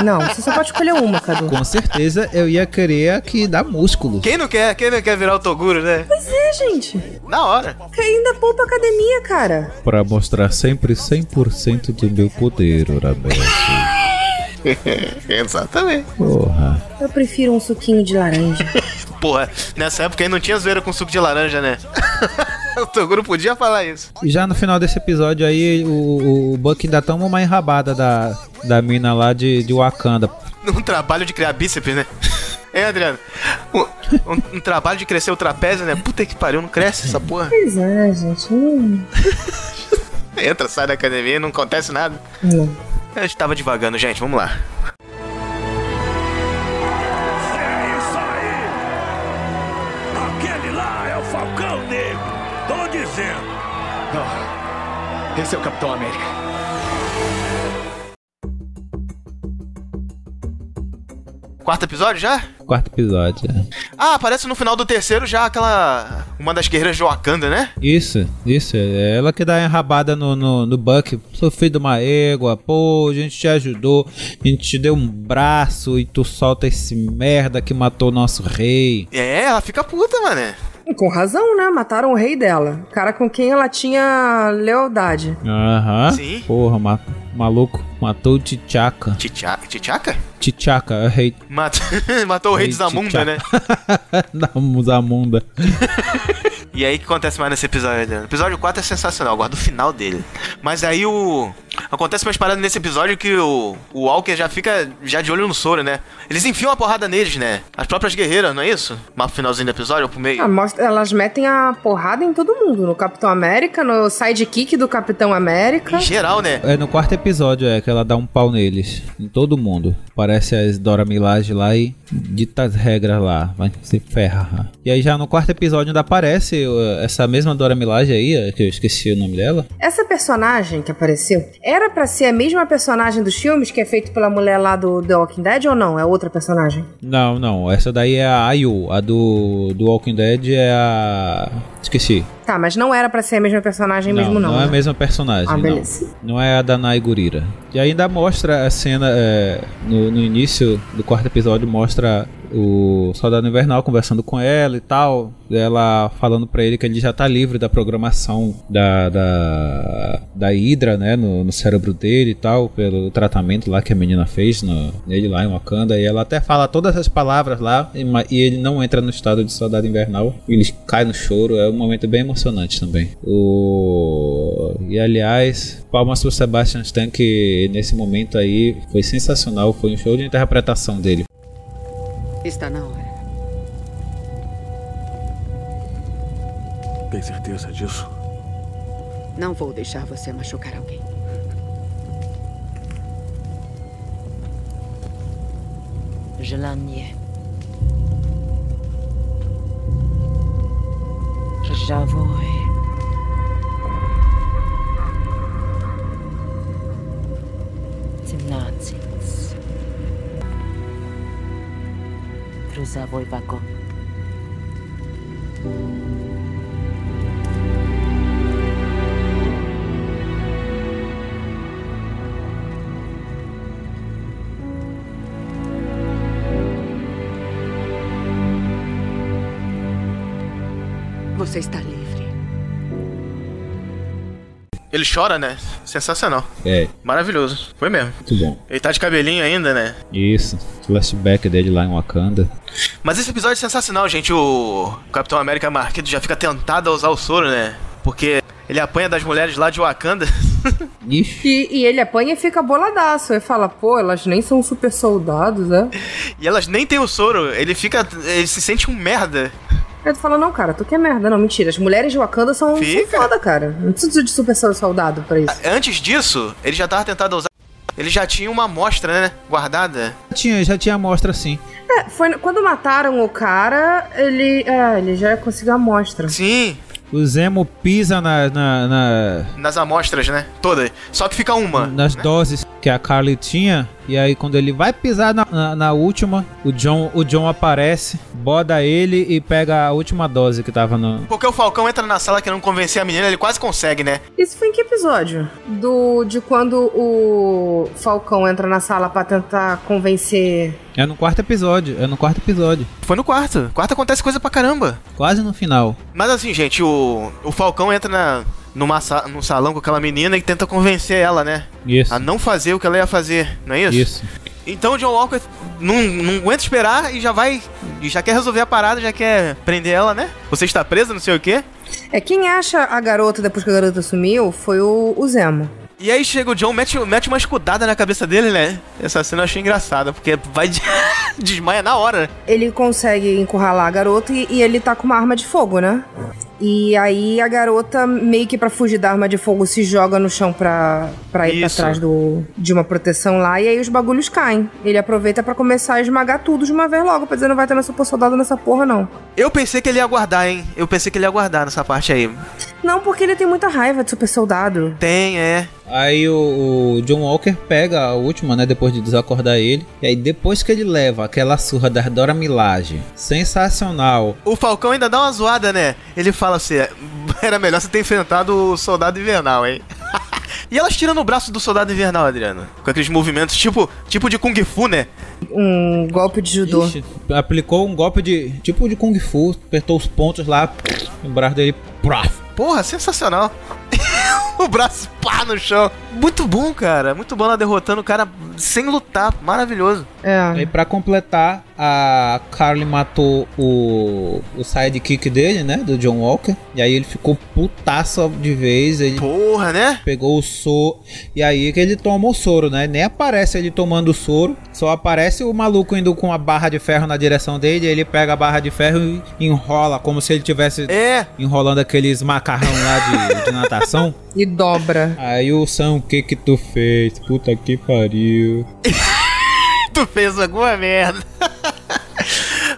Speaker 6: Não, você só pode escolher uma, Cadu.
Speaker 5: com certeza, eu ia querer a que dá músculo.
Speaker 3: Quem não quer? Quem não quer virar o Toguro, né?
Speaker 6: Pois é, gente.
Speaker 3: Na hora.
Speaker 6: Ainda poupa academia, cara.
Speaker 5: Pra mostrar sempre 100% do meu poder, Urabel.
Speaker 3: Exatamente.
Speaker 5: Porra.
Speaker 6: Eu prefiro um suquinho de laranja.
Speaker 3: Porra, nessa época aí não tinha zoeira com suco de laranja, né? o Toguro podia falar isso.
Speaker 5: E Já no final desse episódio aí, o, o- o Buck ainda toma uma enrabada da, da mina lá de, de Wakanda.
Speaker 3: Um trabalho de criar bíceps, né? É, Adriano? Um, um- um trabalho de crescer o trapézio, né? Puta que pariu, não cresce essa porra.
Speaker 6: Pois é, gente. hum.
Speaker 3: Entra, sai da academia e não acontece nada.
Speaker 6: Não.
Speaker 3: Eu estava devagando, gente, vamos lá.
Speaker 15: isso aí! Aquele lá é o Falcão Negro! Tô dizendo!
Speaker 2: Esse é o Capitão América.
Speaker 3: Quarto episódio já?
Speaker 5: Quarto episódio. né?
Speaker 3: Ah, aparece no final do terceiro já aquela. Uma das guerreiras de Wakanda, né?
Speaker 5: Isso, isso. É ela que dá a enrabada no, no, no Buck. Sou filho de uma égua, pô, a gente te ajudou, a gente te deu um braço e tu solta esse merda que matou nosso rei.
Speaker 3: É, ela fica puta, mané.
Speaker 6: Com razão, né? Mataram o rei dela. O cara com quem ela tinha lealdade.
Speaker 5: Aham.
Speaker 3: Sim.
Speaker 5: Porra, ma- maluco. Matou o Tichaca.
Speaker 3: Tichaca? Tichaca?
Speaker 5: Tichaca, é o rei
Speaker 3: Mata- Matou o rei de Zamunda, né?
Speaker 5: da Zamunda.
Speaker 3: E aí o que acontece mais nesse episódio, Adriano? O episódio 4 é sensacional, eu gosto do final dele. Mas aí o. Acontece umas paradas nesse episódio que o, o Walker já fica já de olho no soro, né? Eles enfiam a porrada neles, né? As próprias guerreiras, não é isso? Mas pro finalzinho do episódio ou pro meio?
Speaker 6: Ah, mostra- elas metem a porrada em todo mundo. No Capitão América, no sidekick do Capitão América.
Speaker 3: Em geral, né?
Speaker 5: É no quarto episódio é que ela dá um pau neles, em todo mundo. Parece as Dora Milaje lá e dita as regras lá, vai se ferra. E aí já no quarto episódio ainda aparece uh, essa mesma Dora Milaje aí, uh, que eu esqueci o nome dela.
Speaker 6: Essa personagem que apareceu era pra ser a mesma personagem dos filmes que é feito pela mulher lá do The Walking Dead ou não? É outra personagem?
Speaker 5: Não, não, essa daí é a Ayu, a do, do Walking Dead é a... esqueci.
Speaker 6: Tá, mas não era pra ser a mesma personagem
Speaker 5: Não,
Speaker 6: mesmo, não.
Speaker 5: é a
Speaker 6: né?
Speaker 5: mesma personagem,
Speaker 6: Ah,
Speaker 5: não.
Speaker 6: beleza.
Speaker 5: Não é a da Nai Gurira. E ainda mostra a cena é, no, no início do quarto episódio mostra o Soldado Invernal conversando com ela e tal, ela falando para ele que ele já tá livre da programação da da, da Hydra, né, no, no cérebro dele e tal, pelo tratamento lá que a menina fez no, nele lá em Wakanda, e ela até fala todas essas palavras lá, e, e ele não entra no estado de Soldado Invernal, ele cai no choro, é um momento bem emocionante também. O... E aliás, palmas pro Sebastian Stan que nesse momento aí foi sensacional, foi um show de interpretação dele.
Speaker 16: Está na hora.
Speaker 14: Tem certeza disso?
Speaker 16: Não vou deixar você machucar alguém. Je l'ennuyais. J'avouerai. C'est nonsense. Трусовой вагон. Você está livre.
Speaker 3: Ele chora, né? Sensacional.
Speaker 5: É,
Speaker 3: Maravilhoso. Foi mesmo.
Speaker 5: muito bom.
Speaker 3: Ele tá de cabelinho ainda, né?
Speaker 5: Isso, flashback dele lá em Wakanda.
Speaker 3: Mas esse episódio é sensacional, gente. O Capitão América Marquito já fica tentado a usar o soro, né? Porque ele apanha das mulheres lá de Wakanda.
Speaker 5: Ixi.
Speaker 6: E, e ele apanha e fica boladaço. Ele fala, pô, elas nem são super soldados, né?
Speaker 3: E elas nem têm o soro. Ele fica. Ele se sente um merda.
Speaker 6: Aí tu fala, não, cara, tu que é merda. Não, mentira. As mulheres de Wakanda são, são
Speaker 3: Fica.
Speaker 6: foda, cara. Não precisa de super soldado pra isso.
Speaker 3: Antes disso, ele já tava tentado a usar. Ele já tinha uma amostra, né? Guardada.
Speaker 5: Já tinha, já tinha amostra sim.
Speaker 6: É, foi, quando mataram o cara, ele. É, ele já conseguiu a amostra.
Speaker 3: Sim.
Speaker 5: O Zemo pisa na, na- na-
Speaker 3: Nas amostras, né? Todas. Só que fica uma. né?
Speaker 5: nas doses que a Carly tinha. E aí quando ele vai pisar na, na- na última, o John, o John aparece, boda ele e pega a última dose que tava no.
Speaker 3: Porque o Falcão entra na sala querendo convencer a menina, ele quase consegue, né?
Speaker 6: Isso foi em que episódio? Do. De quando o Falcão entra na sala pra tentar convencer.
Speaker 5: É no quarto episódio. É no quarto episódio.
Speaker 3: Foi no quarto. Quarto acontece coisa pra caramba.
Speaker 5: Quase no final.
Speaker 3: Mas assim, gente, o, o Falcão entra na, numa, sa- num salão com aquela menina e tenta convencer ela, né?
Speaker 5: Isso.
Speaker 3: A não fazer o que ela ia fazer, não é isso?
Speaker 5: Isso.
Speaker 3: Então o John Walker não, não aguenta esperar e já vai. E já quer resolver a parada, já quer prender ela, né? Você está presa, não sei o quê.
Speaker 6: É, quem acha a garota depois que a garota sumiu foi o, o Zemo.
Speaker 3: E aí chega o John, mete, mete uma escudada na cabeça dele, né? Essa cena eu achei engraçada, porque vai de- desmaia na hora.
Speaker 6: Ele consegue encurralar a garota e, e ele tá com uma arma de fogo, né? E aí a garota, meio que pra fugir da arma de fogo, se joga no chão pra, pra ir pra
Speaker 17: Isso.
Speaker 6: trás do, de uma proteção lá. E aí os bagulhos caem. Ele aproveita pra começar a esmagar tudo de uma vez logo, pra dizer não vai ter mais super soldado nessa porra, não.
Speaker 3: Eu pensei que ele ia aguardar, hein? Eu pensei que ele ia aguardar nessa parte aí.
Speaker 6: Não, porque ele tem muita raiva de super soldado.
Speaker 3: Tem, é.
Speaker 5: Aí o, o John Walker pega a última, né? Depois de desacordar ele. E aí depois que ele leva aquela surra da Dora Milaje, sensacional.
Speaker 3: O Falcão ainda dá uma zoada, né? Ele fala assim: era melhor você ter enfrentado o soldado invernal, hein? e elas tiram no braço do soldado invernal, Adriano. Com aqueles movimentos tipo, tipo de Kung Fu, né?
Speaker 6: Um golpe de judô.
Speaker 5: Ixi, aplicou um golpe de tipo de kung fu, apertou os pontos lá, o braço dele, praf.
Speaker 3: Porra, sensacional. o braço pá no chão. Muito bom, cara. Muito bom ela derrotando o cara sem lutar. Maravilhoso.
Speaker 6: É.
Speaker 5: Aí pra completar, a Carly matou o, o sidekick dele, né, do John Walker. E aí ele ficou putaço de vez, ele
Speaker 3: Porra, né?
Speaker 5: pegou o soro e aí que ele toma o soro, né? Nem aparece ele tomando o soro, só aparece o maluco indo com a barra de ferro na direção dele, e ele pega a barra de ferro e enrola como se ele tivesse
Speaker 3: É.
Speaker 5: enrolando aqueles macarrão lá de- de natação.
Speaker 6: E dobra.
Speaker 5: Aí o Sam, o que que tu fez? Puta que pariu.
Speaker 3: Tu fez alguma merda.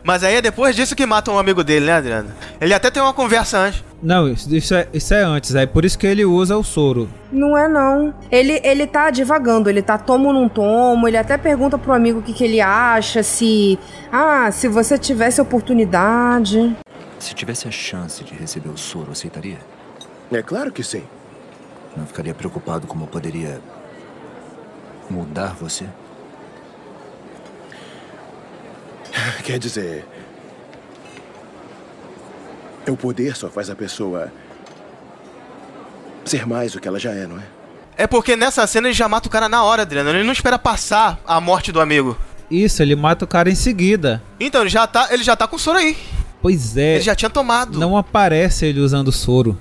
Speaker 3: Mas aí é depois disso que matam um amigo dele, né, Adriano? Ele até tem uma conversa antes.
Speaker 5: Não, isso, isso é, isso é antes, é por isso que ele usa o soro.
Speaker 6: Não é não. Ele, ele tá divagando, ele tá tomo num tomo, ele até pergunta pro amigo o que, que ele acha, se. Ah, se você tivesse oportunidade.
Speaker 18: Se tivesse a chance de receber o soro, aceitaria?
Speaker 14: É claro que sim.
Speaker 18: Não ficaria preocupado como eu poderia mudar você?
Speaker 8: Quer dizer.
Speaker 11: é
Speaker 8: O poder só faz a pessoa. ser mais do que ela já é, não é?
Speaker 3: É porque nessa cena ele já mata o cara na hora, Adriano. Ele não espera passar a morte do amigo.
Speaker 5: Isso, ele mata o cara em seguida.
Speaker 3: Então, ele já tá, ele já tá com soro aí.
Speaker 5: Pois é.
Speaker 3: Ele já tinha tomado.
Speaker 5: Não aparece ele usando soro.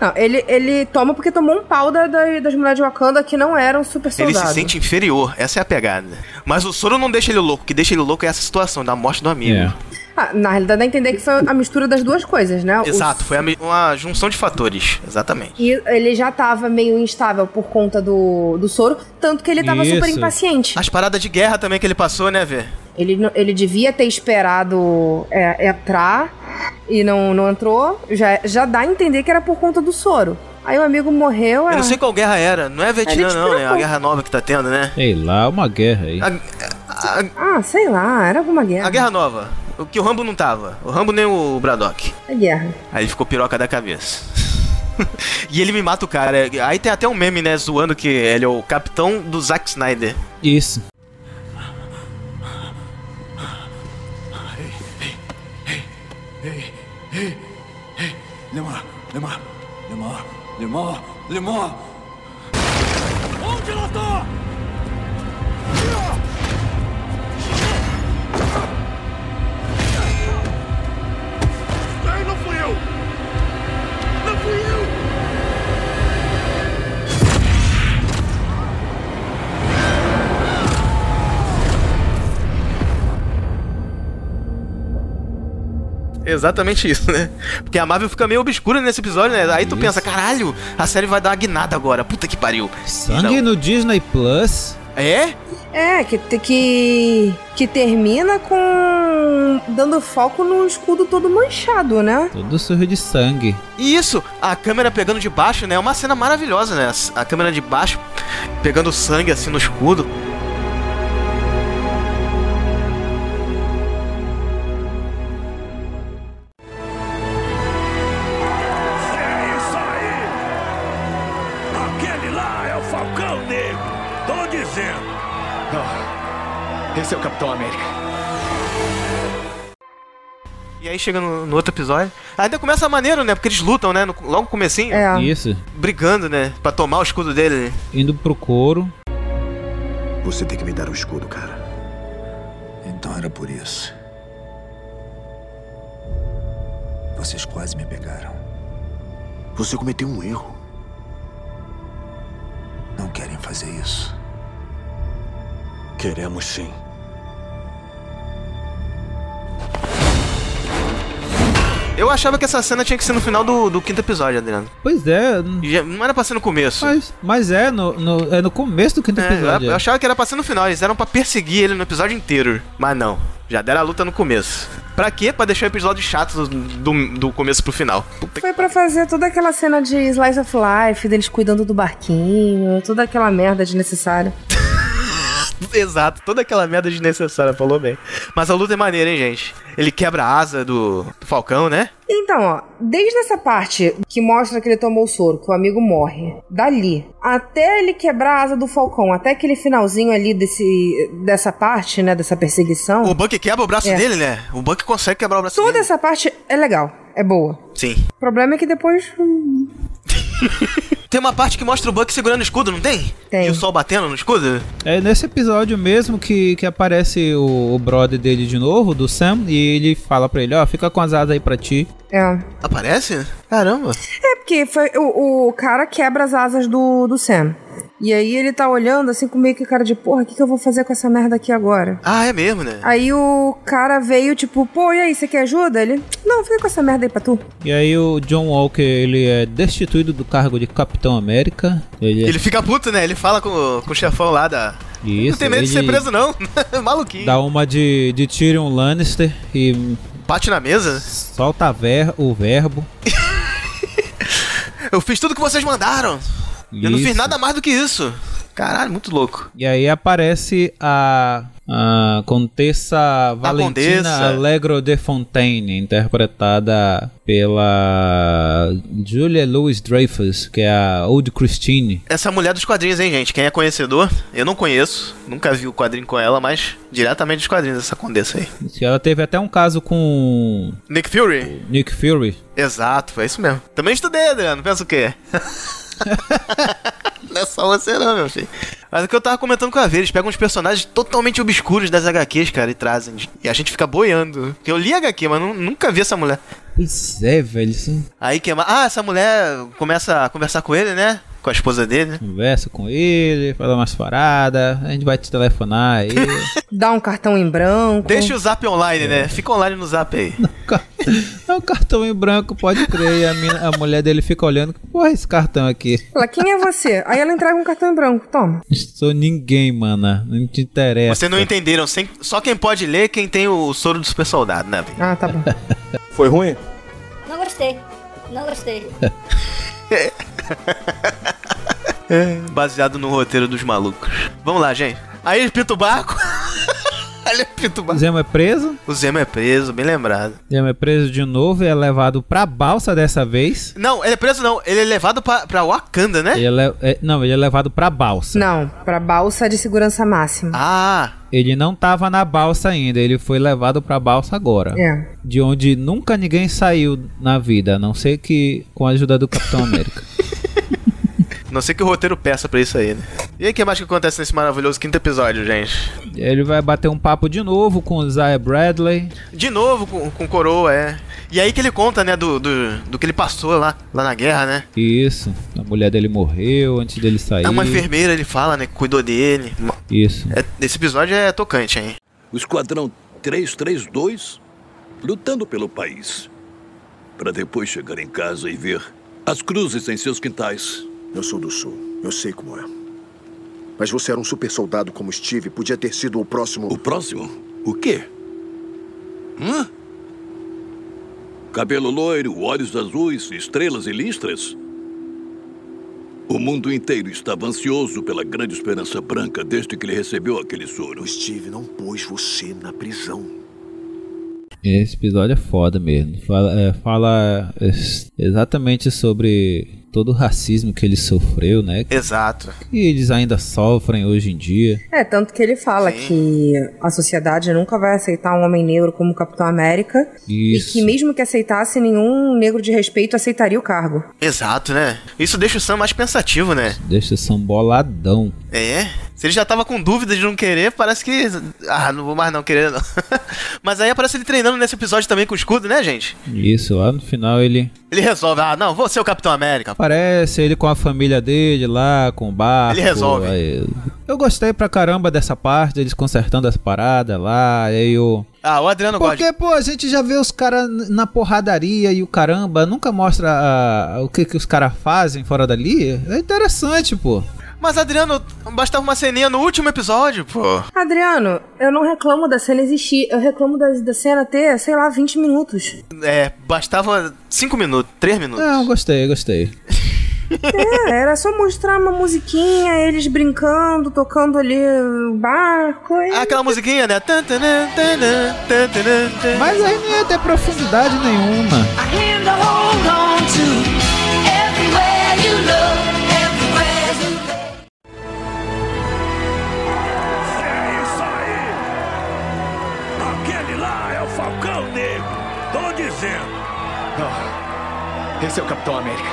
Speaker 6: Não, ele, ele toma porque tomou um pau da, da- das mulheres de Wakanda que não eram super
Speaker 3: Ele
Speaker 6: soldados.
Speaker 3: se sente inferior, essa é a pegada. Mas o soro não deixa ele louco, o que deixa ele louco é essa situação da morte do
Speaker 5: É.
Speaker 3: amigo.
Speaker 6: Ah, na realidade, dá a entender que foi a mistura das duas coisas, né? O-
Speaker 3: Exato, foi a me- uma junção de fatores, exatamente.
Speaker 6: E ele já tava meio instável por conta do, do soro, tanto que ele tava super
Speaker 3: Isso.
Speaker 6: impaciente.
Speaker 3: As paradas de guerra também que ele passou, né, Vê?
Speaker 6: Ele, não- ele devia ter esperado é, entrar e não, não entrou. Já, já dá a entender que era por conta do soro. Aí o amigo morreu.
Speaker 3: Eu
Speaker 6: é.
Speaker 3: não sei qual guerra era, não é Vietnã
Speaker 6: Ele
Speaker 3: não, né? A
Speaker 6: destravou.
Speaker 3: guerra nova que tá tendo, né?
Speaker 5: Sei lá, é uma guerra aí.
Speaker 6: Ah, sei lá, era alguma guerra.
Speaker 3: A guerra nova, o que o Rambo não tava, o Rambo nem o Braddock.
Speaker 6: A guerra.
Speaker 3: Aí ele ficou piroca da cabeça. e ele me mata o cara. Aí tem até um meme, né, zoando que ele é o capitão do Zack Snyder.
Speaker 5: Isso.
Speaker 7: Ei, ei, ei. Lemar, Lemar, Lemar, Lemar, Lemar.
Speaker 15: Onde ela tá? Ei, não fui eu! Não fui eu!
Speaker 3: Exatamente isso, né? Porque a Marvel fica meio obscura nesse episódio, né? Aí tu pensa, caralho, a série vai dar uma guinada agora. Puta que pariu.
Speaker 5: Sangue no Disney Plus.
Speaker 3: É?
Speaker 6: É, que, te- que, que termina com. dando foco num escudo todo manchado, né?
Speaker 5: Todo surro de sangue.
Speaker 3: E isso, a câmera pegando de baixo, né? É uma cena maravilhosa, né? A câmera de baixo pegando sangue assim no escudo.
Speaker 15: É isso aí! Aquele lá é o Falcão Negro! Tô dizendo!
Speaker 2: Esse é o Capitão América.
Speaker 3: E aí chega no, no outro episódio. Ainda começa maneiro, né? Porque eles lutam, né? No- logo no comecinho.
Speaker 6: É.
Speaker 5: Isso.
Speaker 3: Brigando, né? Pra tomar o escudo dele. né?
Speaker 5: Indo pro couro.
Speaker 14: Você tem que me dar o escudo, cara.
Speaker 18: Então era por isso. Vocês quase me pegaram.
Speaker 14: Você cometeu um erro.
Speaker 18: Não querem fazer isso.
Speaker 14: Queremos sim.
Speaker 3: Eu achava que essa cena tinha que ser no final do, do quinto episódio, Adriano.
Speaker 5: Pois é.
Speaker 3: E já- não era pra ser no começo.
Speaker 5: Mas, mas é, no, no- é no começo do quinto
Speaker 3: É,
Speaker 5: episódio.
Speaker 3: eu, eu achava que era pra ser no final, eles eram pra perseguir ele no episódio inteiro. Mas não, já deram a luta no começo. Pra quê? Pra deixar o episódio chato do, do, do começo pro final. Puta que-
Speaker 6: Foi pra fazer toda aquela cena de Slice of Life, deles cuidando do barquinho, toda aquela merda desnecessária.
Speaker 3: Exato, toda aquela merda desnecessária, falou bem. Mas a luta é maneira, hein, gente? Ele quebra a asa do, do Falcão, né?
Speaker 6: Então, ó, desde essa parte que mostra que ele tomou o soro, que o amigo morre, dali, até ele quebrar a asa do falcão, até aquele finalzinho ali desse, dessa parte, né, dessa perseguição.
Speaker 3: O Buck quebra o braço
Speaker 6: É.
Speaker 3: dele, né? O Buck consegue quebrar o braço
Speaker 6: Toda
Speaker 3: dele.
Speaker 6: essa parte é legal, é boa.
Speaker 3: Sim.
Speaker 6: O problema é que depois. hum,
Speaker 3: Tem uma parte que mostra o Buck segurando o escudo, não tem? Tem. E o sol batendo no escudo?
Speaker 5: É nesse episódio mesmo que, que aparece o, o brother dele de novo, do Sam, e ele fala pra ele, ó, fica com as asas aí pra ti.
Speaker 6: É.
Speaker 3: Aparece? Caramba.
Speaker 6: É porque foi, o, o cara quebra as asas do, do Sam. E aí ele tá olhando assim com meio que cara de porra, o que, que eu vou fazer com essa merda aqui agora?
Speaker 3: Ah, é mesmo, né?
Speaker 6: Aí o cara veio tipo, pô, e aí, você quer ajuda? Ele, não, fica com essa merda aí pra tu.
Speaker 5: E aí o John Walker, ele é destituído do cargo de Capitão América. Ele, é
Speaker 3: Ele fica puto, né? Ele fala com, com o chefão lá da.
Speaker 5: Isso,
Speaker 3: não tem medo de ser
Speaker 5: ele-
Speaker 3: preso, não. Maluquinho.
Speaker 5: dá uma de, de Tyrion Lannister e
Speaker 3: Bate na mesa.
Speaker 5: solta a ver, o verbo.
Speaker 3: Eu fiz tudo que vocês mandaram. Eu não
Speaker 5: Isso.
Speaker 3: fiz nada mais do que isso. Caralho, muito louco.
Speaker 5: E aí aparece a, A Contessa Valentina
Speaker 3: Condessa.
Speaker 5: Allegro de Fontaine, interpretada pela Julia Louis Dreyfus, que é a Old Christine.
Speaker 3: Essa mulher dos quadrinhos, hein, gente? Quem é conhecedor, eu não conheço, nunca vi o quadrinho com ela, mas diretamente dos quadrinhos essa condessa aí.
Speaker 5: Que ela teve até um caso com
Speaker 3: Nick Fury?
Speaker 5: Nick Fury.
Speaker 3: Exato, é isso mesmo. Também estudei, Adriano, pensa o quê? Não é só você não, meu filho. Mas é o que eu tava comentando com a V, eles pegam uns personagens totalmente obscuros das HQs, cara, e trazem. E a gente fica boiando. Eu li HQ, mas nu- nunca vi essa mulher.
Speaker 5: Pois é, velho. Isso
Speaker 3: Aí que é ma- Ah, essa mulher começa a conversar com ele, né? Com a esposa dele, né?
Speaker 5: Conversa com ele, fala umas paradas, a gente vai te telefonar aí.
Speaker 6: Dá um cartão em branco.
Speaker 3: Deixa o zap online, né? Fica online no zap aí.
Speaker 5: é um cartão em branco, pode crer. E a, mina- a mulher dele fica olhando, que porra é esse cartão aqui?
Speaker 6: Fala, quem é você? Aí ela entrega um cartão em branco, toma.
Speaker 5: Sou ninguém, mana. Não te interessa.
Speaker 3: Vocês não entenderam. sem- Só quem pode ler é quem tem o soro do super soldado, né? Bem?
Speaker 6: Ah, tá bom.
Speaker 3: Foi ruim?
Speaker 17: Não gostei. Não gostei.
Speaker 3: Baseado no roteiro dos malucos. Vamos lá, gente. Aí ele pinta o barco. Olha, pinta o barco.
Speaker 5: Zemo é preso.
Speaker 3: O Zemo é preso, bem lembrado.
Speaker 5: Zemo é preso de novo e é levado pra balsa dessa vez.
Speaker 3: Não, ele é preso não. Ele é levado pra, pra Wakanda, né?
Speaker 5: Ele é le- é- não, ele é levado pra balsa.
Speaker 6: Não, pra balsa de segurança máxima.
Speaker 3: Ah!
Speaker 5: Ele não tava na balsa ainda, ele foi levado pra balsa agora.
Speaker 6: É.
Speaker 5: De onde nunca ninguém saiu na vida, a não ser que com a ajuda do Capitão América.
Speaker 3: Não sei que o roteiro peça pra isso aí, né? E aí, o que mais que acontece nesse maravilhoso quinto episódio, gente?
Speaker 5: ele vai bater um papo de novo com o Isaiah Bradley.
Speaker 3: De novo com, com coroa, é. E aí que ele conta, né, do, do, do que ele passou lá, lá na guerra, né?
Speaker 5: Isso, a mulher dele morreu antes dele sair.
Speaker 3: É uma enfermeira, ele fala, né, que cuidou dele.
Speaker 5: Isso.
Speaker 3: É, esse episódio é tocante, hein?
Speaker 7: O Esquadrão 332 lutando pelo país. Para depois chegar em casa e ver as cruzes em seus quintais.
Speaker 11: Eu sou do Sul. Eu sei como é. Mas você era um super soldado como Steve. Podia ter sido o próximo.
Speaker 7: O próximo? O quê? Hã? Cabelo loiro, olhos azuis, estrelas e listras. O mundo inteiro estava ansioso pela grande esperança branca desde que ele recebeu aquele soro.
Speaker 11: Steve não pôs você na prisão.
Speaker 5: Esse episódio é foda mesmo. Fala, é, fala, é, exatamente sobre todo o racismo que ele sofreu, né?
Speaker 3: É. Exato.
Speaker 5: Que eles ainda sofrem hoje em dia.
Speaker 6: É, tanto que ele fala que a sociedade nunca vai aceitar um homem negro como Capitão América.
Speaker 5: Isso.
Speaker 6: E que mesmo que aceitasse, nenhum negro de respeito aceitaria o cargo.
Speaker 3: Exato, né? Isso deixa o Sam mais pensativo, né?
Speaker 5: Deixa são boladão.
Speaker 3: É. Se ele já tava com dúvida de não querer, parece que. Ah, não vou mais não querer, não. Mas aí aparece ele treinando nesse episódio também com o escudo, né, gente?
Speaker 5: Isso, lá no final ele
Speaker 3: Ele resolve, ah, não, vou ser o Capitão América.
Speaker 5: aparece, ele com a família dele lá, com o barco.
Speaker 3: Ele resolve.
Speaker 5: aí- eu gostei pra caramba dessa parte, eles consertando as paradas lá, aí o...
Speaker 3: Ah, o Adriano gosta.
Speaker 5: Porque, pô, a gente já vê os caras na porradaria e o caramba, nunca mostra ah, o que, que os caras fazem fora dali. É interessante, pô.
Speaker 3: Mas, Adriano, bastava uma ceninha no último episódio, pô.
Speaker 6: Adriano, eu não reclamo da cena existir. Eu reclamo da, da cena ter, sei lá, 20 minutos.
Speaker 3: É, bastava 5 minutos, 3 minutos.
Speaker 5: Não, Ah, gostei, gostei.
Speaker 6: É, era só mostrar uma musiquinha, eles brincando, tocando ali o barco. E...
Speaker 3: Aquela musiquinha, né? Tan, tan, tan, tan, tan, tan, tan.
Speaker 5: Mas aí não ia ter profundidade nenhuma.
Speaker 15: É isso aí!
Speaker 8: Aquele lá é o Falcão Negro! Tô dizendo!
Speaker 2: Esse é o Capitão América.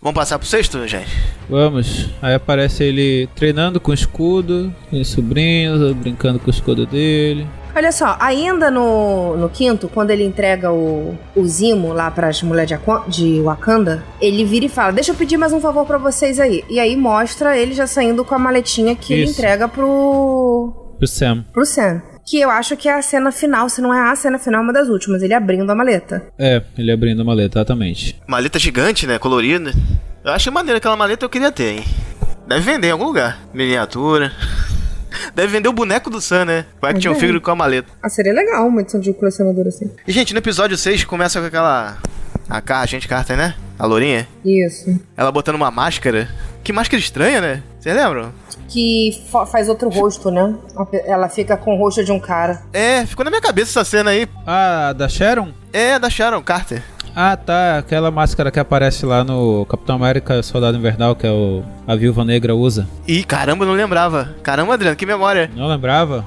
Speaker 3: Vamos passar pro sexto, gente?
Speaker 5: Vamos. Aí aparece ele treinando com o escudo, com os sobrinhos, brincando com o escudo dele.
Speaker 6: Olha só, ainda no, no quinto, quando ele entrega o, o Zimo lá pras mulheres de, Aqua- de Wakanda, ele vira e fala: Deixa eu pedir mais um favor pra vocês aí. E aí mostra ele já saindo com a maletinha que ele
Speaker 5: Isso.
Speaker 6: entrega pro,
Speaker 5: Pro Sam.
Speaker 6: pro Sam. Que eu acho que é a cena final, se não é a cena final, é uma das últimas, ele abrindo a maleta.
Speaker 5: É, ele abrindo a maleta, exatamente.
Speaker 3: Maleta gigante, né? Colorida. Eu achei maneiro aquela maleta, eu queria ter, hein? Deve vender em algum lugar. Miniatura. Deve vender o boneco do Sam, né? O action
Speaker 6: Uhum.
Speaker 3: figure com a maleta.
Speaker 6: Ah, seria legal uma edição de colecionador assim.
Speaker 3: E, gente, no episódio 6 começa com aquela. A, car... a gente Carter, né? A Lourinha.
Speaker 6: Isso.
Speaker 3: Ela botando uma máscara. Que máscara estranha, né? Vocês lembram?
Speaker 6: Que fa- faz outro rosto, né? A pe- Ela fica com o rosto de um cara.
Speaker 3: É, ficou na minha cabeça essa cena aí.
Speaker 5: Ah, da Sharon?
Speaker 3: É, da Sharon Carter.
Speaker 5: Ah, tá. Aquela máscara que aparece lá no Capitão América Soldado Invernal, que é o, a Viúva Negra usa.
Speaker 3: Ih, caramba, eu não lembrava. Caramba, Adriano, que memória.
Speaker 5: Não lembrava?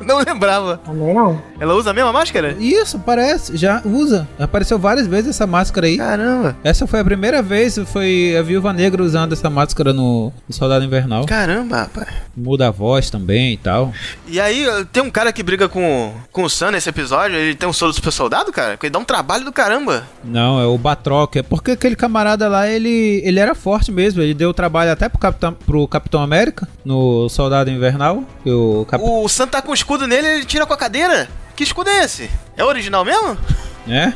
Speaker 3: Não lembrava.
Speaker 6: Também não.
Speaker 3: Ela usa a mesma máscara?
Speaker 5: Isso, parece. Já usa. Apareceu várias vezes essa máscara aí.
Speaker 3: Caramba.
Speaker 5: Essa foi a primeira vez, foi a Viúva Negra usando essa máscara no, no Soldado Invernal.
Speaker 3: Caramba, rapaz.
Speaker 5: Muda a voz também e tal.
Speaker 3: E aí, tem um cara que briga com, com o Sam nesse episódio, ele tem um solo super soldado, cara? Que dá um trabalho do caramba.
Speaker 5: Não, é o Batroc. É porque aquele camarada lá, ele, ele era forte mesmo. Ele deu trabalho até pro Capitão, pro Capitão América, no Soldado Invernal. que O Cap...
Speaker 3: O Sam tá com o escudo nele, ele tira com a cadeira. Que escudo é esse? É original mesmo?
Speaker 5: É?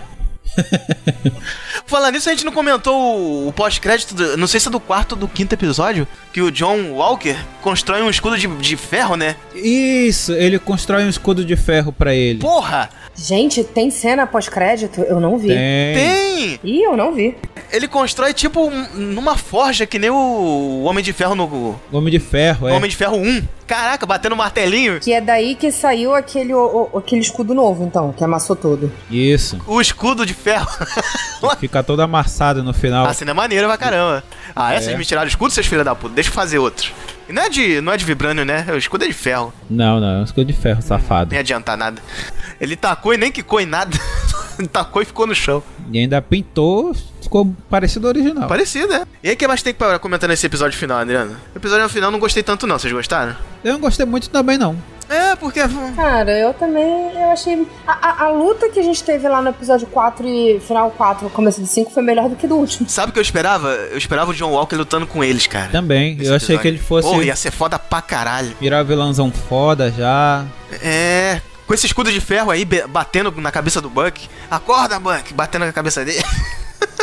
Speaker 3: Falando nisso, a gente não comentou o- o pós-crédito, do- não sei se é do quarto ou do quinto episódio, que o John Walker constrói um escudo de, de ferro, né?
Speaker 5: Isso, ele constrói um escudo de ferro pra ele.
Speaker 3: Porra!
Speaker 6: Gente, tem cena pós-crédito? Eu não vi.
Speaker 5: Tem.
Speaker 3: Tem!
Speaker 6: Ih, eu não vi.
Speaker 3: Ele constrói tipo um- numa forja que nem o Homem de Ferro no.
Speaker 5: Homem de ferro, é.
Speaker 3: Homem de Ferro 1. Caraca, batendo um martelinho.
Speaker 6: Que é daí que saiu aquele, o- o- aquele escudo novo, então, que amassou todo.
Speaker 5: Isso.
Speaker 3: O escudo de ferro.
Speaker 5: Fica todo amassado no final.
Speaker 3: A cena é maneira pra caramba. Ah, essas
Speaker 5: É.
Speaker 3: me tiraram o escudo, seus filhos da puta. Deixa eu fazer outro. E não é de, não é de vibrânio, né? O escudo é de ferro.
Speaker 5: Não, não, é um escudo de ferro, safado.
Speaker 3: Nem adianta nada. Ele tacou e nem quicou em nada. tacou e ficou no chão.
Speaker 5: E ainda pintou, ficou parecido ao original.
Speaker 3: Parecido, né? E aí, o que mais tem pra comentar nesse episódio final, Adriano? O episódio final eu não gostei tanto, não. Vocês gostaram?
Speaker 5: Eu não gostei muito também, não.
Speaker 3: É, porque.
Speaker 6: Cara, eu também eu achei. A, a- a luta que a gente teve lá no episódio 4 e final 4, começo do 5, foi melhor do que do último.
Speaker 3: Sabe o que eu esperava? Eu esperava o John Walker lutando com eles, cara.
Speaker 5: Também, eu achei que ele fosse
Speaker 3: Porra, ia ser foda pra caralho.
Speaker 5: virar vilãozão foda já.
Speaker 3: É. Com esse escudo de ferro aí, be- batendo na cabeça do Buck. Acorda, Buck! Batendo na cabeça dele.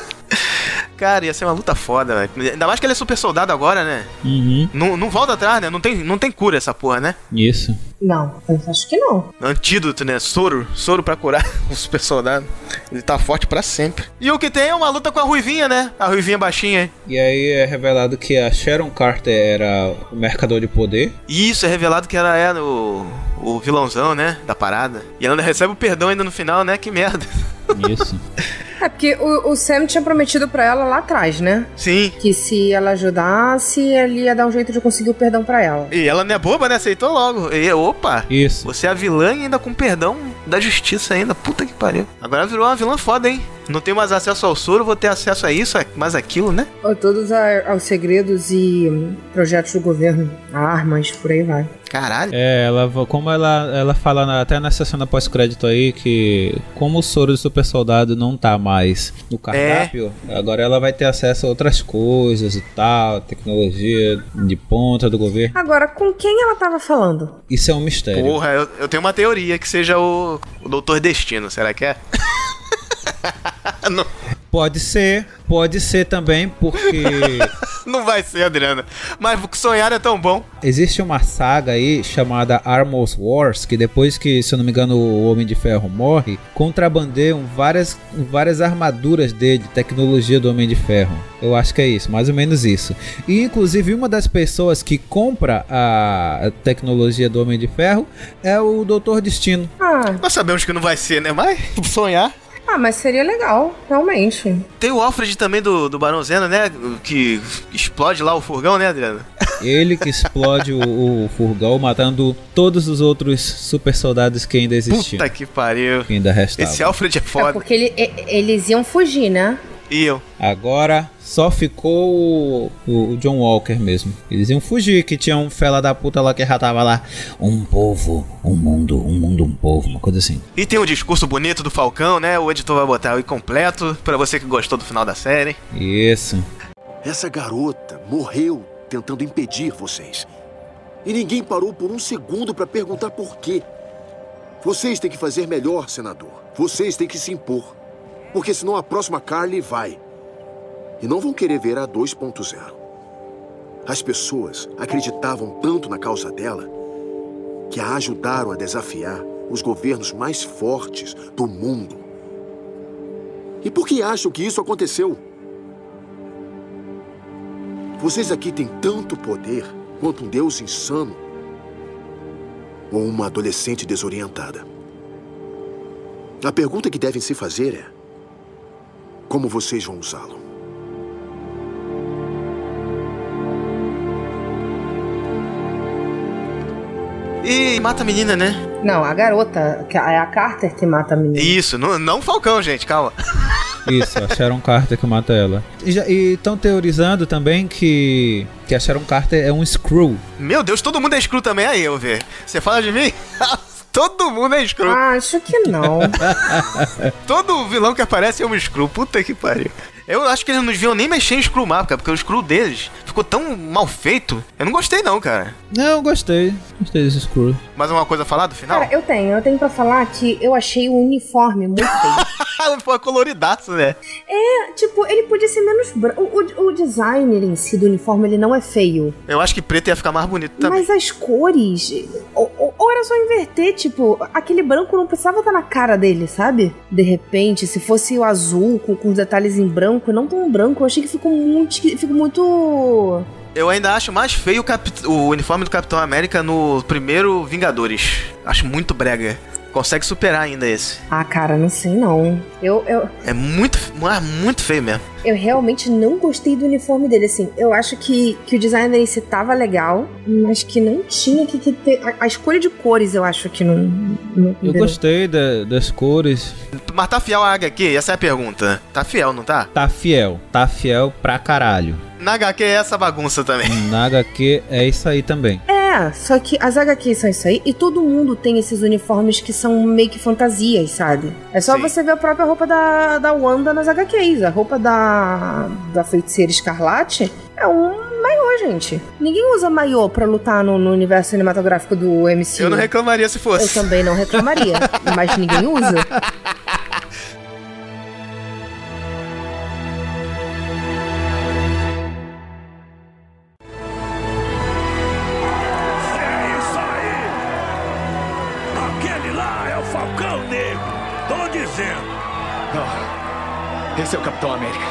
Speaker 3: cara, ia ser uma luta foda, velho. Ainda mais que ele é super soldado agora, né?
Speaker 5: Uhum.
Speaker 3: Não, não volta atrás, né? Não tem, não tem cura essa porra, né?
Speaker 5: Isso.
Speaker 6: Não, eu acho que não.
Speaker 3: Antídoto, né? Soro. Soro pra curar o super soldado. Ele tá forte pra sempre. E o que tem é uma luta com a Ruivinha, né? A Ruivinha baixinha.
Speaker 5: E aí é revelado que a Sharon Carter era o mercador de poder.
Speaker 3: E isso é revelado que ela é o, o vilãozão, né? Da parada. E ela ainda recebe o perdão ainda no final, né? Que merda.
Speaker 5: Isso.
Speaker 6: É porque o, o Sam tinha prometido pra ela lá atrás, né?
Speaker 3: Sim.
Speaker 6: Que se ela ajudasse, ele ia dar um jeito de conseguir o perdão pra ela.
Speaker 3: E ela não é boba, né? Aceitou logo. E, opa!
Speaker 5: Isso.
Speaker 3: Você é a vilã e ainda com perdão da justiça ainda. Puta que pariu. Agora virou uma vilã foda, hein? Não tenho mais acesso ao soro, vou ter acesso a isso, a mais aquilo, né?
Speaker 6: Ou Todos a- aos segredos e hum, projetos do governo, armas, por aí vai.
Speaker 3: Caralho.
Speaker 5: É, ela, como ela, ela fala na- até nessa cena pós-crédito aí que como o soro do super soldado não tá mais no cardápio, agora ela vai ter acesso a outras coisas e tal, tecnologia de ponta do governo.
Speaker 6: Agora, com quem ela tava falando?
Speaker 5: Isso é um mistério.
Speaker 3: Porra, eu, eu tenho uma teoria que seja o, o Doutor Destino, será que é? não,
Speaker 5: Pode ser, pode ser também, porque
Speaker 3: não vai ser, Adriana. Mas sonhar é tão bom.
Speaker 5: existe uma saga aí chamada Armors Wars, que depois que, se eu não me engano, o Homem de Ferro morre, contrabandeiam várias, várias armaduras dele, tecnologia do Homem de Ferro. Eu acho que é isso, mais ou menos isso. E inclusive uma das pessoas que compra a tecnologia do Homem de Ferro é o Doutor Destino.
Speaker 6: Ah,
Speaker 3: Nós sabemos que não vai ser, né? Mas sonhar.
Speaker 6: ah, mas seria legal, realmente.
Speaker 3: Tem o Alfred também do, do Barão Zeno, né? Que explode lá o furgão, né, Adriana?
Speaker 5: Ele que explode o, o furgão, matando todos os outros super soldados que ainda existiam.
Speaker 3: Puta que pariu.
Speaker 5: Que ainda restavam.
Speaker 3: Esse Alfred é
Speaker 6: É
Speaker 3: foda.
Speaker 6: porque ele- e- eles iam fugir, né?
Speaker 3: E eu.
Speaker 5: Agora só ficou o, o- o John Walker mesmo. Eles iam fugir, que tinha um fela da puta lá que já tava lá. Um povo, um mundo, um mundo, um povo, uma coisa assim.
Speaker 3: E tem o discurso bonito do Falcão, né? O editor vai botar o completo pra você que gostou do final da série.
Speaker 5: Isso.
Speaker 11: Essa garota morreu tentando impedir vocês. E ninguém parou por um segundo para perguntar por quê. Vocês têm que fazer melhor, senador. Vocês têm que se impor. Porque senão a próxima Carly vai. E não vão querer ver a 2.0. As pessoas acreditavam tanto na causa dela que a ajudaram a desafiar os governos mais fortes do mundo. E por que acham que isso aconteceu? Vocês aqui têm tanto poder quanto um deus insano ou uma adolescente desorientada. A pergunta que devem se fazer é: como vocês vão usá-lo?
Speaker 3: E mata a menina, né?
Speaker 6: Não, a garota, que é a Carter que mata a menina.
Speaker 3: Isso, não, não o Falcão, gente, calma.
Speaker 5: Isso, a Sharon Carter que mata ela. E estão teorizando também que, que a Sharon Carter é um Screw.
Speaker 3: Meu Deus, todo mundo é Screw também aí, eu ver. Você fala de mim? todo mundo é Screw.
Speaker 6: Acho que não.
Speaker 3: todo vilão que aparece é um Screw, puta que pariu. Eu acho que eles não deviam nem mexer em Screw Map, cara, porque o Screw deles ficou tão mal feito. Eu não gostei, não, cara.
Speaker 5: Não, gostei. Gostei desse Screw.
Speaker 3: Mais uma coisa a falar do final?
Speaker 6: Cara, eu tenho. Eu tenho pra falar que eu achei o uniforme muito feio.
Speaker 3: Foi coloridaço, né?
Speaker 6: É, tipo, ele podia ser menos branco. O, o, o designer em si do uniforme, ele não é feio.
Speaker 3: Eu acho que preto ia ficar mais bonito também.
Speaker 6: Mas as cores... Ou, ou, ou era só inverter, tipo, aquele branco não precisava estar na cara dele, sabe? De repente, se fosse o azul com, com os detalhes em branco, não tão branco. Eu achei que ficou muito. Ficou muito.
Speaker 3: Eu ainda acho mais feio o, Cap... o uniforme do Capitão América no primeiro Vingadores. Acho muito brega. Consegue superar ainda esse.
Speaker 6: Ah, cara, não sei não. Eu. eu...
Speaker 3: É muito, muito feio mesmo.
Speaker 6: Eu realmente não gostei do uniforme dele, assim. Eu acho que, que o designer em si tava legal, mas que não tinha que, que ter. A, a, escolha de cores, eu acho que não. não
Speaker 5: eu gostei da, das cores.
Speaker 3: Mas tá fiel à HQ? Essa é a pergunta. Tá fiel, não tá?
Speaker 5: Tá fiel. Tá fiel pra caralho.
Speaker 3: Na HQ é essa bagunça também.
Speaker 5: Na HQ é isso aí também.
Speaker 6: É, só que as HQs são isso aí e todo mundo tem esses uniformes que são meio que fantasias, sabe? É só Sim. você ver a própria roupa da, da Wanda nas HQs. A roupa da, da feiticeira escarlate é um maiô, gente. Ninguém usa maiô pra lutar no, no, universo cinematográfico do MCU.
Speaker 3: Eu não reclamaria se fosse.
Speaker 6: Eu também não reclamaria, mas ninguém usa.
Speaker 2: Esse é o Capitão América.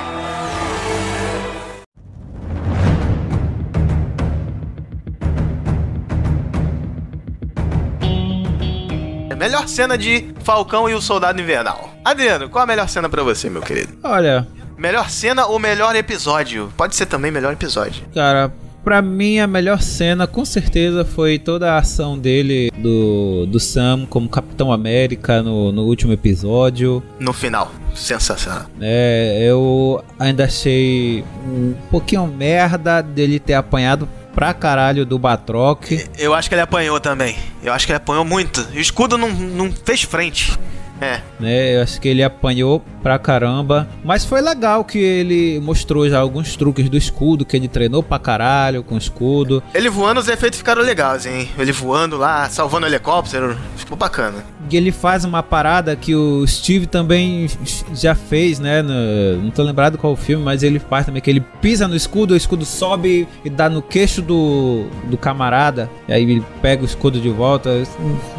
Speaker 3: É Melhor cena de Falcão e o Soldado Invernal. Adriano, qual a melhor cena para você, meu querido?
Speaker 5: Olha.
Speaker 3: Melhor cena ou melhor episódio? Pode ser também melhor episódio.
Speaker 5: Cara, Pra mim, a melhor cena, com certeza, foi toda a ação dele, do, do Sam como Capitão América no, no último episódio.
Speaker 3: No final, sensacional.
Speaker 5: É, eu ainda achei um pouquinho merda dele ter apanhado pra caralho do Batroc.
Speaker 3: Eu acho que ele apanhou também. Eu acho que ele apanhou muito. O escudo não, não fez frente. É.
Speaker 5: Né, eu acho que ele apanhou pra caramba. Mas foi legal que ele mostrou já alguns truques do escudo, que ele treinou pra caralho com o escudo.
Speaker 3: Ele voando, os efeitos ficaram legais, hein? Ele voando lá, salvando o helicóptero, ficou bacana.
Speaker 5: E ele faz uma parada que o Steve também já fez, né? No, não tô lembrado qual o filme, mas ele faz também que ele pisa no escudo, o escudo sobe e dá no queixo do, do camarada. E aí ele pega o escudo de volta.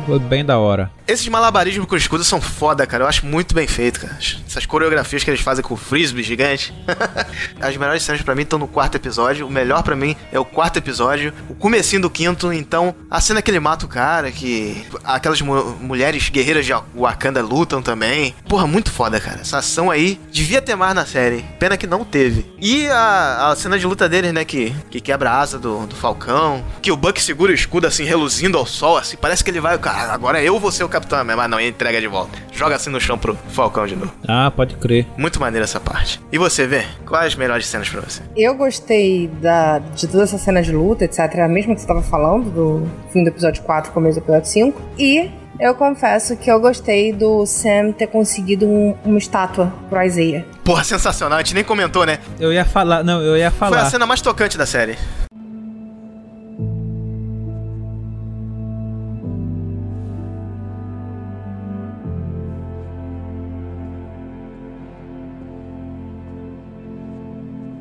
Speaker 5: Foi bem da hora.
Speaker 3: Esses malabarismos com o escudo são foda, cara. Eu acho muito bem feito, cara. Essas coreografias que eles fazem com o frisbee gigante. As melhores cenas para mim estão no quarto episódio. O melhor para mim é o quarto episódio. O comecinho do quinto, então, a cena que ele mata o cara, que aquelas mu mulheres guerreiras de Wakanda lutam também. Porra, muito foda, cara. Essa ação aí devia ter mais na série. Pena que não teve. E a, a cena de luta deles, né, que, que quebra a asa do, do falcão. Que o Buck segura o escudo, assim, reluzindo ao sol, assim. Parece que ele vai, cara, agora eu vou ser o capitão mesmo. Mas não, ele entrega de volta. Joga assim no chão pro Falcão de novo.
Speaker 5: Ah, pode crer.
Speaker 3: Muito maneiro essa parte. E você, vê? Quais as melhores cenas pra você?
Speaker 6: Eu gostei da, de toda essa cena de luta, etc. A mesma que você tava falando, do fim do episódio 4, começo do episódio 5. E eu confesso que eu gostei do Sam ter conseguido um, uma estátua pro Isaiah.
Speaker 3: Porra, sensacional. A gente nem comentou, né?
Speaker 5: Eu ia falar, não, eu ia falar.
Speaker 3: Foi a cena mais tocante da série.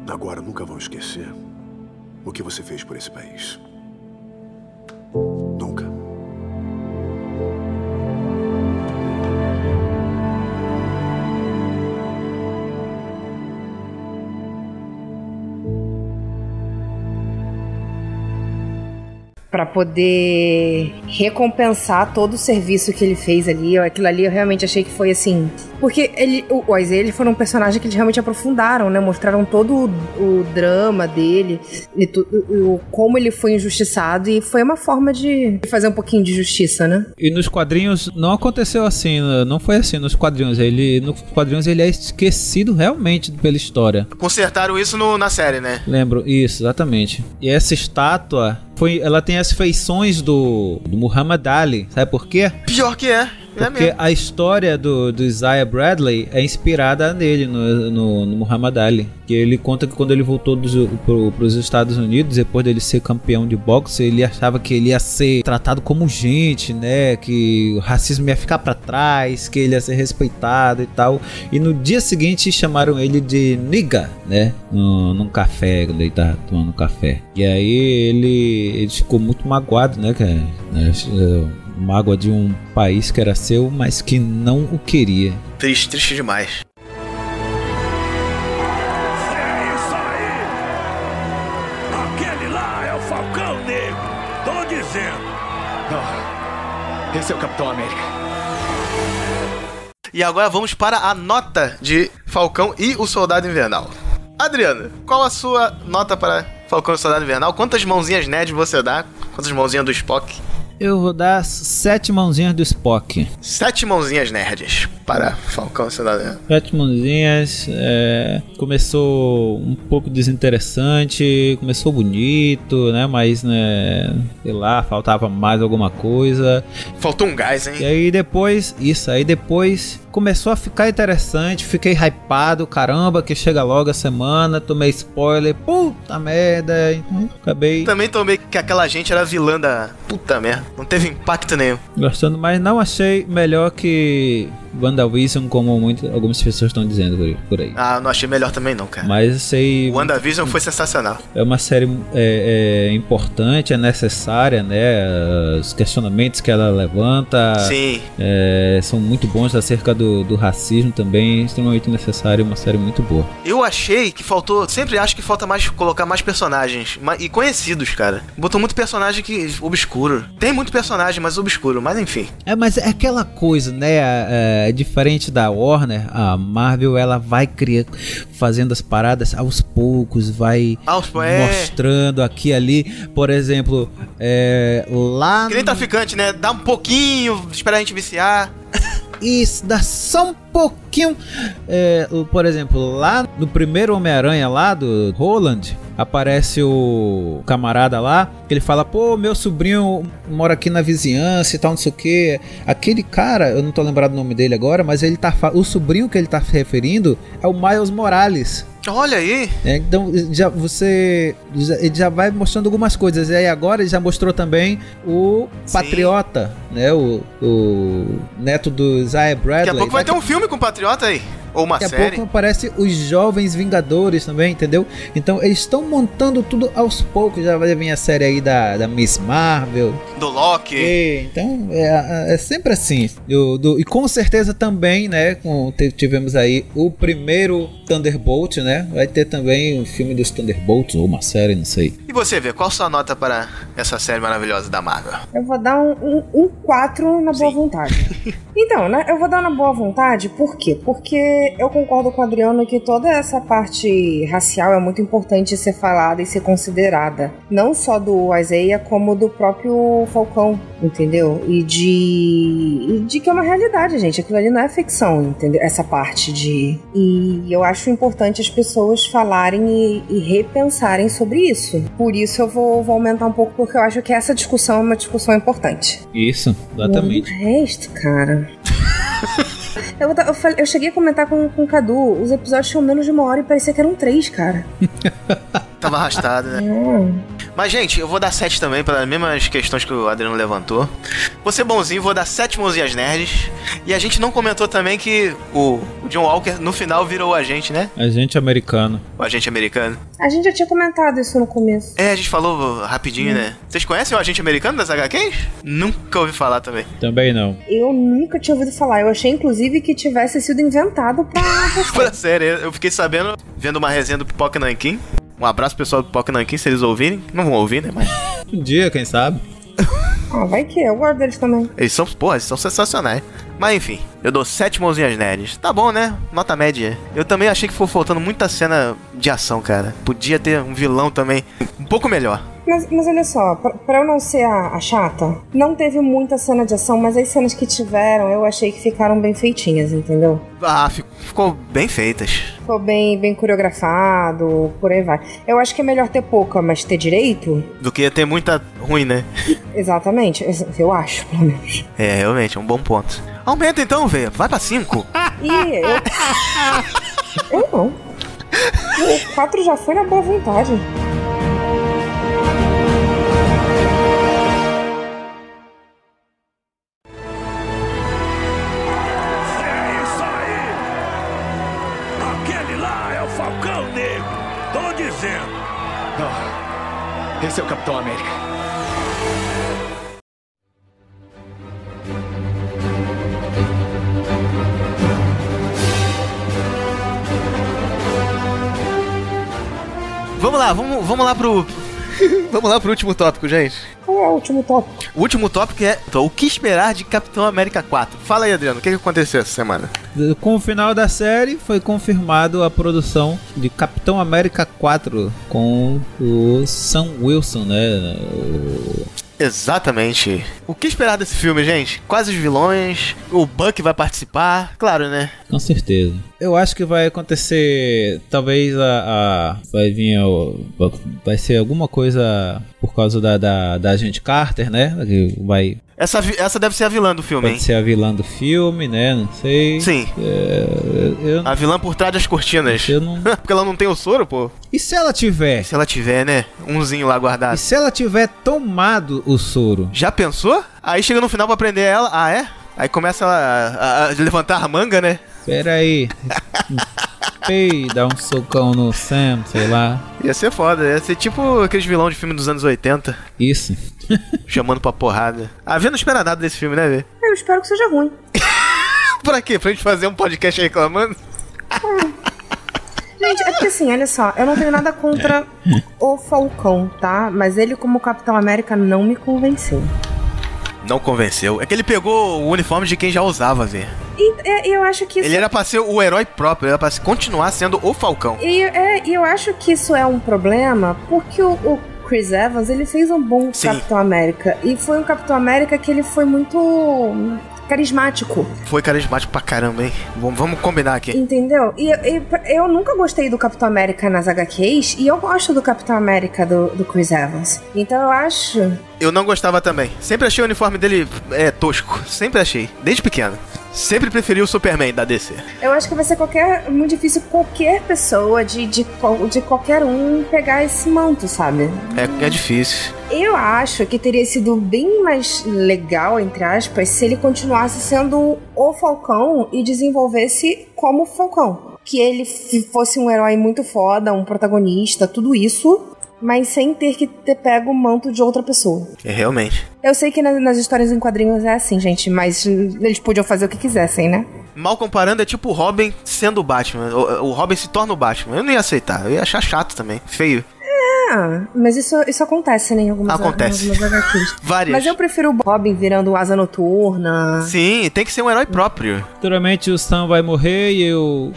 Speaker 11: Agora nunca vão esquecer o que você fez por esse país. Nunca.
Speaker 6: para poder recompensar todo o serviço que ele fez ali. Aquilo ali eu realmente achei que foi assim. Porque ele, o Oz, ele foi um personagem que eles realmente aprofundaram, né? Mostraram todo o, o drama dele, e tu, o, como ele foi injustiçado, e foi uma forma de fazer um pouquinho de justiça, né?
Speaker 5: E nos quadrinhos não aconteceu assim, não foi assim nos quadrinhos. Ele, nos quadrinhos ele é esquecido realmente pela história.
Speaker 3: Consertaram isso no, na série, né?
Speaker 5: Lembro, isso, exatamente. E essa estátua foi, ela tem as feições do, do Muhammad Ali, sabe por quê?
Speaker 3: Pior que é.
Speaker 5: Porque
Speaker 3: é
Speaker 5: a história do, do Isaiah Bradley é inspirada nele, no, no, no Muhammad Ali. Que ele conta que quando ele voltou para os Estados Unidos, depois dele ser campeão de boxe, ele achava que ele ia ser tratado como gente, né? Que o racismo ia ficar para trás, que ele ia ser respeitado e tal. E no dia seguinte chamaram ele de nigga, né? No, num café, quando ele tava tomando café. E aí ele, ele ficou muito magoado, né, cara? mágoa de um país que era seu, mas que não o queria.
Speaker 3: Triste, triste demais.
Speaker 15: É isso aí! Aquele lá é o Falcão Negro! Tô dizendo!
Speaker 2: Não, esse é o Capitão América.
Speaker 3: E agora vamos para a nota de Falcão e o Soldado Invernal. Adriana, qual a sua nota para Falcão e o Soldado Invernal? Quantas mãozinhas Ned você dá? Quantas mãozinhas do Spock?
Speaker 5: Eu vou dar sete mãozinhas do Spock.
Speaker 3: Sete mãozinhas nerds para Falcão Cidadão.
Speaker 5: Sete mãozinhas. É, começou um pouco desinteressante, começou bonito, né? Mas, né? Sei lá, faltava mais alguma coisa.
Speaker 3: Faltou um gás, hein?
Speaker 5: E aí depois, isso, aí depois começou a ficar interessante, fiquei hypado, caramba, que chega logo a semana, tomei spoiler, puta merda, então, acabei.
Speaker 3: Também tomei que aquela gente era vilã da puta merda, não teve impacto nenhum.
Speaker 5: Gostando, mas não achei melhor que WandaVision, como muito, algumas pessoas estão dizendo por aí.
Speaker 3: Ah, não achei melhor também não, cara.
Speaker 5: Mas sei.
Speaker 3: WandaVision foi sensacional.
Speaker 5: É uma série é, é importante, é necessária, né? Os questionamentos que ela levanta.
Speaker 3: Sim.
Speaker 5: É, são muito bons acerca do, do racismo também, extremamente necessário, uma série muito boa.
Speaker 3: Eu achei que faltou, sempre acho que falta mais colocar mais personagens e conhecidos, cara. Botou muito personagem que obscuro. Tem muito personagem, mas obscuro, mas enfim.
Speaker 5: É, mas é aquela coisa, né? É, é diferente da Warner, a Marvel ela vai criando, fazendo as paradas aos poucos, vai
Speaker 3: aos
Speaker 5: mostrando aqui ali, por exemplo, é, lá.
Speaker 3: Que nem traficante, né? Dá um pouquinho, espera a gente viciar.
Speaker 5: Isso, dá só um pouquinho. É, por exemplo, lá no primeiro Homem-Aranha, lá do Roland, aparece o camarada lá, que ele fala, pô, meu sobrinho mora aqui na vizinhança e tal, não sei o que. Aquele cara, eu não tô lembrado o nome dele agora, mas ele tá. O sobrinho que ele tá se referindo é o Miles Morales.
Speaker 3: Olha aí!
Speaker 5: É, então já você já, ele já vai mostrando algumas coisas. E aí agora ele já mostrou também o Sim. Patriota, né? O, o neto do Isaiah Bradley.
Speaker 3: Daqui a pouco vai ter um filme com o Patriota aí. Ou uma
Speaker 5: Daqui
Speaker 3: série.
Speaker 5: Daqui a pouco aparece os Jovens Vingadores também, entendeu? Então eles estão montando tudo aos poucos. Já vai vir a série aí da, da Miss Marvel.
Speaker 3: Do Loki.
Speaker 5: E, então é, é, sempre assim. Do, do, e com certeza também, né? Com, tivemos aí o primeiro Thunderbolt, né? Vai ter também um filme dos Thunderbolts ou uma série, não sei.
Speaker 3: E você, Vê, qual sua nota para essa série maravilhosa da Marvel?
Speaker 6: Eu vou dar um, um, um 4 na boa Sim. vontade. então, né? Eu vou dar na boa vontade, por quê? Porque eu concordo com o Adriano que toda essa parte racial é muito importante ser falada e ser considerada. Não só do Isaiah, como do próprio Falcão, entendeu? E de. E de que é uma realidade, gente. Aquilo ali não é ficção, entendeu? Essa parte de. E eu acho importante as pessoas falarem e, e repensarem sobre isso. Por isso eu vou, vou, aumentar um pouco, porque eu acho que essa discussão é uma discussão importante.
Speaker 5: Isso, exatamente.
Speaker 6: E o resto, cara. Eu, eu, falei, eu, cheguei a comentar com, com o Cadu, os episódios tinham menos de uma hora e parecia que eram três, cara.
Speaker 3: Tava arrastado, né? É. Mas, gente, eu vou dar sete também, pelas mesmas questões que o Adriano levantou. Vou ser bonzinho, vou dar sete mãozinhas nerds. E a gente não comentou também que o John Walker, no final, virou a gente, né?
Speaker 5: Agente americano.
Speaker 3: O agente americano.
Speaker 6: A gente já tinha comentado isso no começo.
Speaker 3: É, a gente falou rapidinho, hum. né? Vocês conhecem o agente americano das HQs? Nunca ouvi falar também.
Speaker 5: Também não.
Speaker 6: Eu nunca tinha ouvido falar. Eu achei, inclusive, que tivesse sido inventado pra...
Speaker 3: pra série, eu fiquei sabendo, vendo uma resenha do Pipoca Nankin. Um abraço pessoal do Pocananquim, se eles ouvirem. Não vão ouvir, né? Mas.
Speaker 5: Um dia, quem sabe?
Speaker 6: Ah, vai que eu guardo eles também.
Speaker 3: Eles são, porra, eles são sensacionais. Mas enfim, eu dou sete mãozinhas nerds. Tá bom, né? Nota média. Eu também achei que foi faltando muita cena de ação, cara. Podia ter um vilão também um pouco melhor.
Speaker 6: Mas, mas olha só, pra, pra eu não ser a, a chata, não teve muita cena de ação, mas as cenas que tiveram eu achei que ficaram bem feitinhas, entendeu?
Speaker 3: Ah, fi- ficou bem feitas.
Speaker 6: Ficou bem, bem coreografado, por aí vai. Eu acho que é melhor ter pouca, mas ter direito?
Speaker 3: Do que ter muita ruim, né?
Speaker 6: Exatamente, eu acho, pelo menos.
Speaker 3: É, realmente, é um bom ponto. Aumenta então, velho. Vai pra cinco.
Speaker 6: Ih, eu. eu não. O 4 já foi na boa vontade.
Speaker 15: É isso aí! Aquele lá é o Falcão Negro! Tô dizendo!
Speaker 2: Não. Esse é o Capitão América.
Speaker 3: Vamos lá, vamos, vamos lá pro. vamos lá pro último tópico, gente.
Speaker 6: Qual é o último tópico?
Speaker 3: O último tópico é o que esperar de Capitão América 4. Fala aí, Adriano, o que, que aconteceu essa semana?
Speaker 5: Com o final da série, foi confirmado a produção de Capitão América 4 com o Sam Wilson, né? O-
Speaker 3: Exatamente. O que esperar desse filme, gente? Quais os vilões? O Buck vai participar? Claro, né?
Speaker 5: Com certeza. Eu acho que vai acontecer. Talvez a. a- vai vir. o- vai ser alguma coisa por causa da, da, da agente Carter, né? Que vai
Speaker 3: Essa, vi- essa deve ser a vilã do filme, hein?
Speaker 5: pode ser a vilã do filme, né? Não sei. É,
Speaker 3: Sim. Ah,
Speaker 5: eu-
Speaker 3: A vilã por trás das cortinas. Porque ela não tem o soro, pô.
Speaker 5: E se ela tiver?
Speaker 3: Se ela tiver, né? Umzinho lá guardado.
Speaker 5: E se ela tiver tomado o soro?
Speaker 3: Já pensou? Aí chega no final pra prender ela. Ah, é? Aí começa ela a, a- a levantar a manga, né?
Speaker 5: Pera aí. Ei, dá um socão no Sam, sei lá.
Speaker 3: Ia ser foda. Ia ser tipo aqueles vilão de filme dos anos 80.
Speaker 5: Isso.
Speaker 3: Chamando pra porrada. A Vê não espera nada desse filme, né, Vê?
Speaker 6: Eu espero que seja ruim.
Speaker 3: pra quê? Pra gente fazer um podcast reclamando?
Speaker 6: Gente, é porque assim, olha só, eu não tenho nada contra o Falcão, tá? Mas ele, como Capitão América, não me convenceu.
Speaker 3: Não convenceu. É que ele pegou o uniforme de quem já usava, Vê.
Speaker 6: E é, eu acho que isso.
Speaker 3: Ele era pra ser o herói próprio. Era pra se- continuar sendo o Falcão.
Speaker 6: E é, e eu acho que isso é um problema porque o, o Chris Evans ele fez um bom Capitão América e foi um Capitão América que ele foi muito carismático,
Speaker 3: Foi carismático pra caramba, hein? Vamos, vamos combinar aqui.
Speaker 6: entendeu? E, e eu nunca gostei do Capitão América nas HQs e eu gosto do Capitão América do, do Chris Evans. Então eu acho
Speaker 3: Eu não gostava também. Sempre achei o uniforme dele é, tosco. Sempre achei. Desde pequeno. Sempre preferi o Superman da DC.
Speaker 6: Eu acho que vai ser qualquer, muito difícil qualquer pessoa de, de, qual- de qualquer um pegar esse manto, sabe?
Speaker 3: É, é difícil.
Speaker 6: Eu acho que teria sido bem mais legal, entre aspas, se ele continuasse sendo o Falcão e desenvolvesse como Falcão. Que ele f- fosse um herói muito foda, um protagonista, tudo isso, mas sem ter que ter pego o manto de outra pessoa.
Speaker 3: É, realmente.
Speaker 6: Eu sei que na- nas histórias em quadrinhos é assim, gente, mas hum, eles podiam fazer o que quisessem, né?
Speaker 3: Mal comparando, é tipo o Robin sendo o Batman. O, o Robin se torna o Batman. Eu não ia aceitar. Eu ia achar chato também. Feio.
Speaker 6: Ah, mas isso, isso acontece, né? Em algumas,
Speaker 3: Acontece.
Speaker 6: Em algumas HQs.
Speaker 3: Várias.
Speaker 6: Mas eu prefiro o Robin virando asa noturna.
Speaker 3: Sim, tem que ser um herói próprio.
Speaker 5: Futuramente o Sam vai morrer e eu.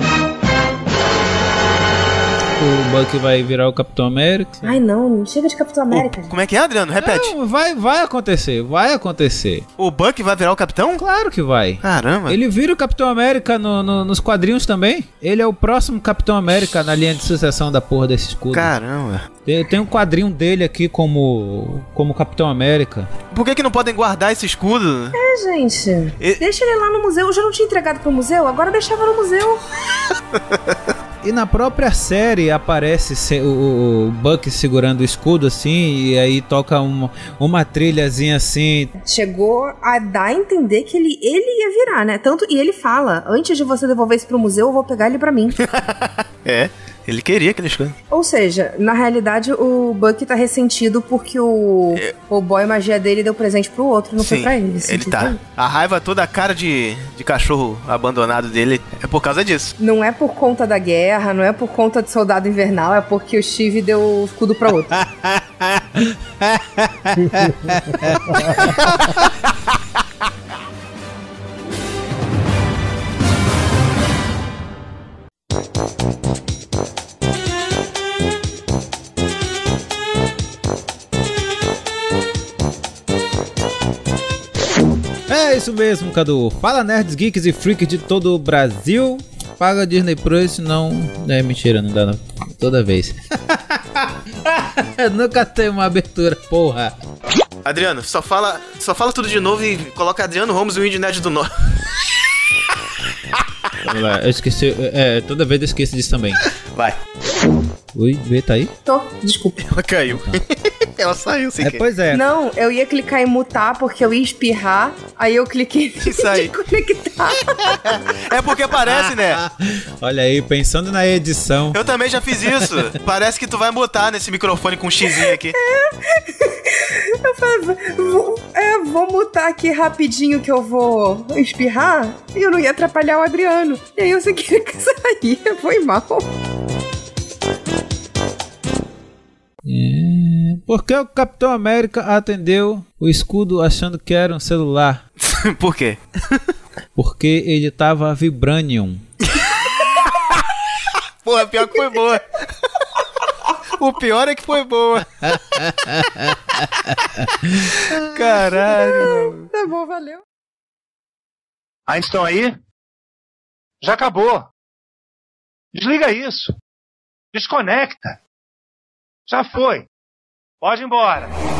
Speaker 5: O Buck vai virar o Capitão América.
Speaker 6: Ai, não, não chega de Capitão América.
Speaker 3: Como é que é, Adriano? Repete.
Speaker 5: Não, vai, vai acontecer, vai acontecer.
Speaker 3: O Buck vai virar o capitão?
Speaker 5: Claro que vai.
Speaker 3: Caramba.
Speaker 5: Ele vira o Capitão América no- no- nos quadrinhos também. Ele é o próximo Capitão América na linha de sucessão da porra desse escudo.
Speaker 3: Caramba.
Speaker 5: Eu tenho um quadrinho dele aqui como como Capitão América.
Speaker 3: Por que, que não podem guardar esse escudo?
Speaker 6: É, gente. Deixa ele lá no museu. Eu já não tinha entregado pro museu, agora deixava no museu.
Speaker 5: E na própria série aparece se- o- o, o Buck segurando o escudo assim, e aí toca uma, uma trilhazinha assim.
Speaker 6: Chegou a dar a entender que ele, ele ia virar, né? Tanto, e ele fala: antes de você devolver isso pro museu, eu vou pegar ele pra mim.
Speaker 3: É. Ele queria que eles ganhem.
Speaker 6: Ou seja, na realidade o Buck tá ressentido porque o, o boy a magia dele deu presente pro outro, não foi
Speaker 3: É. Sim,
Speaker 6: pra ele.
Speaker 3: Ele
Speaker 6: assim,
Speaker 3: tá.
Speaker 6: entendeu?
Speaker 3: A raiva toda, a cara de, de cachorro abandonado dele é por causa disso.
Speaker 6: Não é por conta da guerra, não é por conta de soldado invernal, é porque o Steve deu o escudo pra outro.
Speaker 5: É isso mesmo, Cadu. Fala nerds, geeks e freaks de todo o Brasil. Paga Disney Plus, senão. É mentira, não dá não. Toda vez. Nunca tem uma abertura, porra.
Speaker 3: Adriano, só fala, só fala tudo de novo e coloca Adriano Holmes e o Índio Nerd do Norte.
Speaker 5: Vamos lá, eu esqueci. É, toda vez eu esqueço disso também.
Speaker 3: Vai.
Speaker 5: Oi, Vê, tá aí?
Speaker 6: Tô, desculpa.
Speaker 3: Ela caiu. Ela saiu sem
Speaker 5: É,
Speaker 3: querer.
Speaker 5: pois é.
Speaker 6: Não, eu ia clicar em mutar porque eu ia espirrar, aí eu cliquei
Speaker 3: Isso aí.
Speaker 6: em conectar.
Speaker 3: É porque parece, né?
Speaker 5: Olha aí, pensando na edição.
Speaker 3: Eu também já fiz isso. Parece que tu vai botar nesse microfone com um xizinho aqui.
Speaker 6: Eu falei, vou, é, vou mutar aqui rapidinho que eu vou espirrar e eu não ia atrapalhar o Adriano. E aí eu sei que ele sair, foi mal. Tá
Speaker 5: Por que o Capitão América atendeu o escudo achando que era um celular?
Speaker 3: Por quê?
Speaker 5: Porque ele tava vibranium.
Speaker 3: Porra, pior que foi boa. O pior é que foi boa. Caralho.
Speaker 6: Tá bom, valeu.
Speaker 19: Ainda Ah, estão aí? Já acabou. Desliga isso. Desconecta. Já foi. Pode ir embora.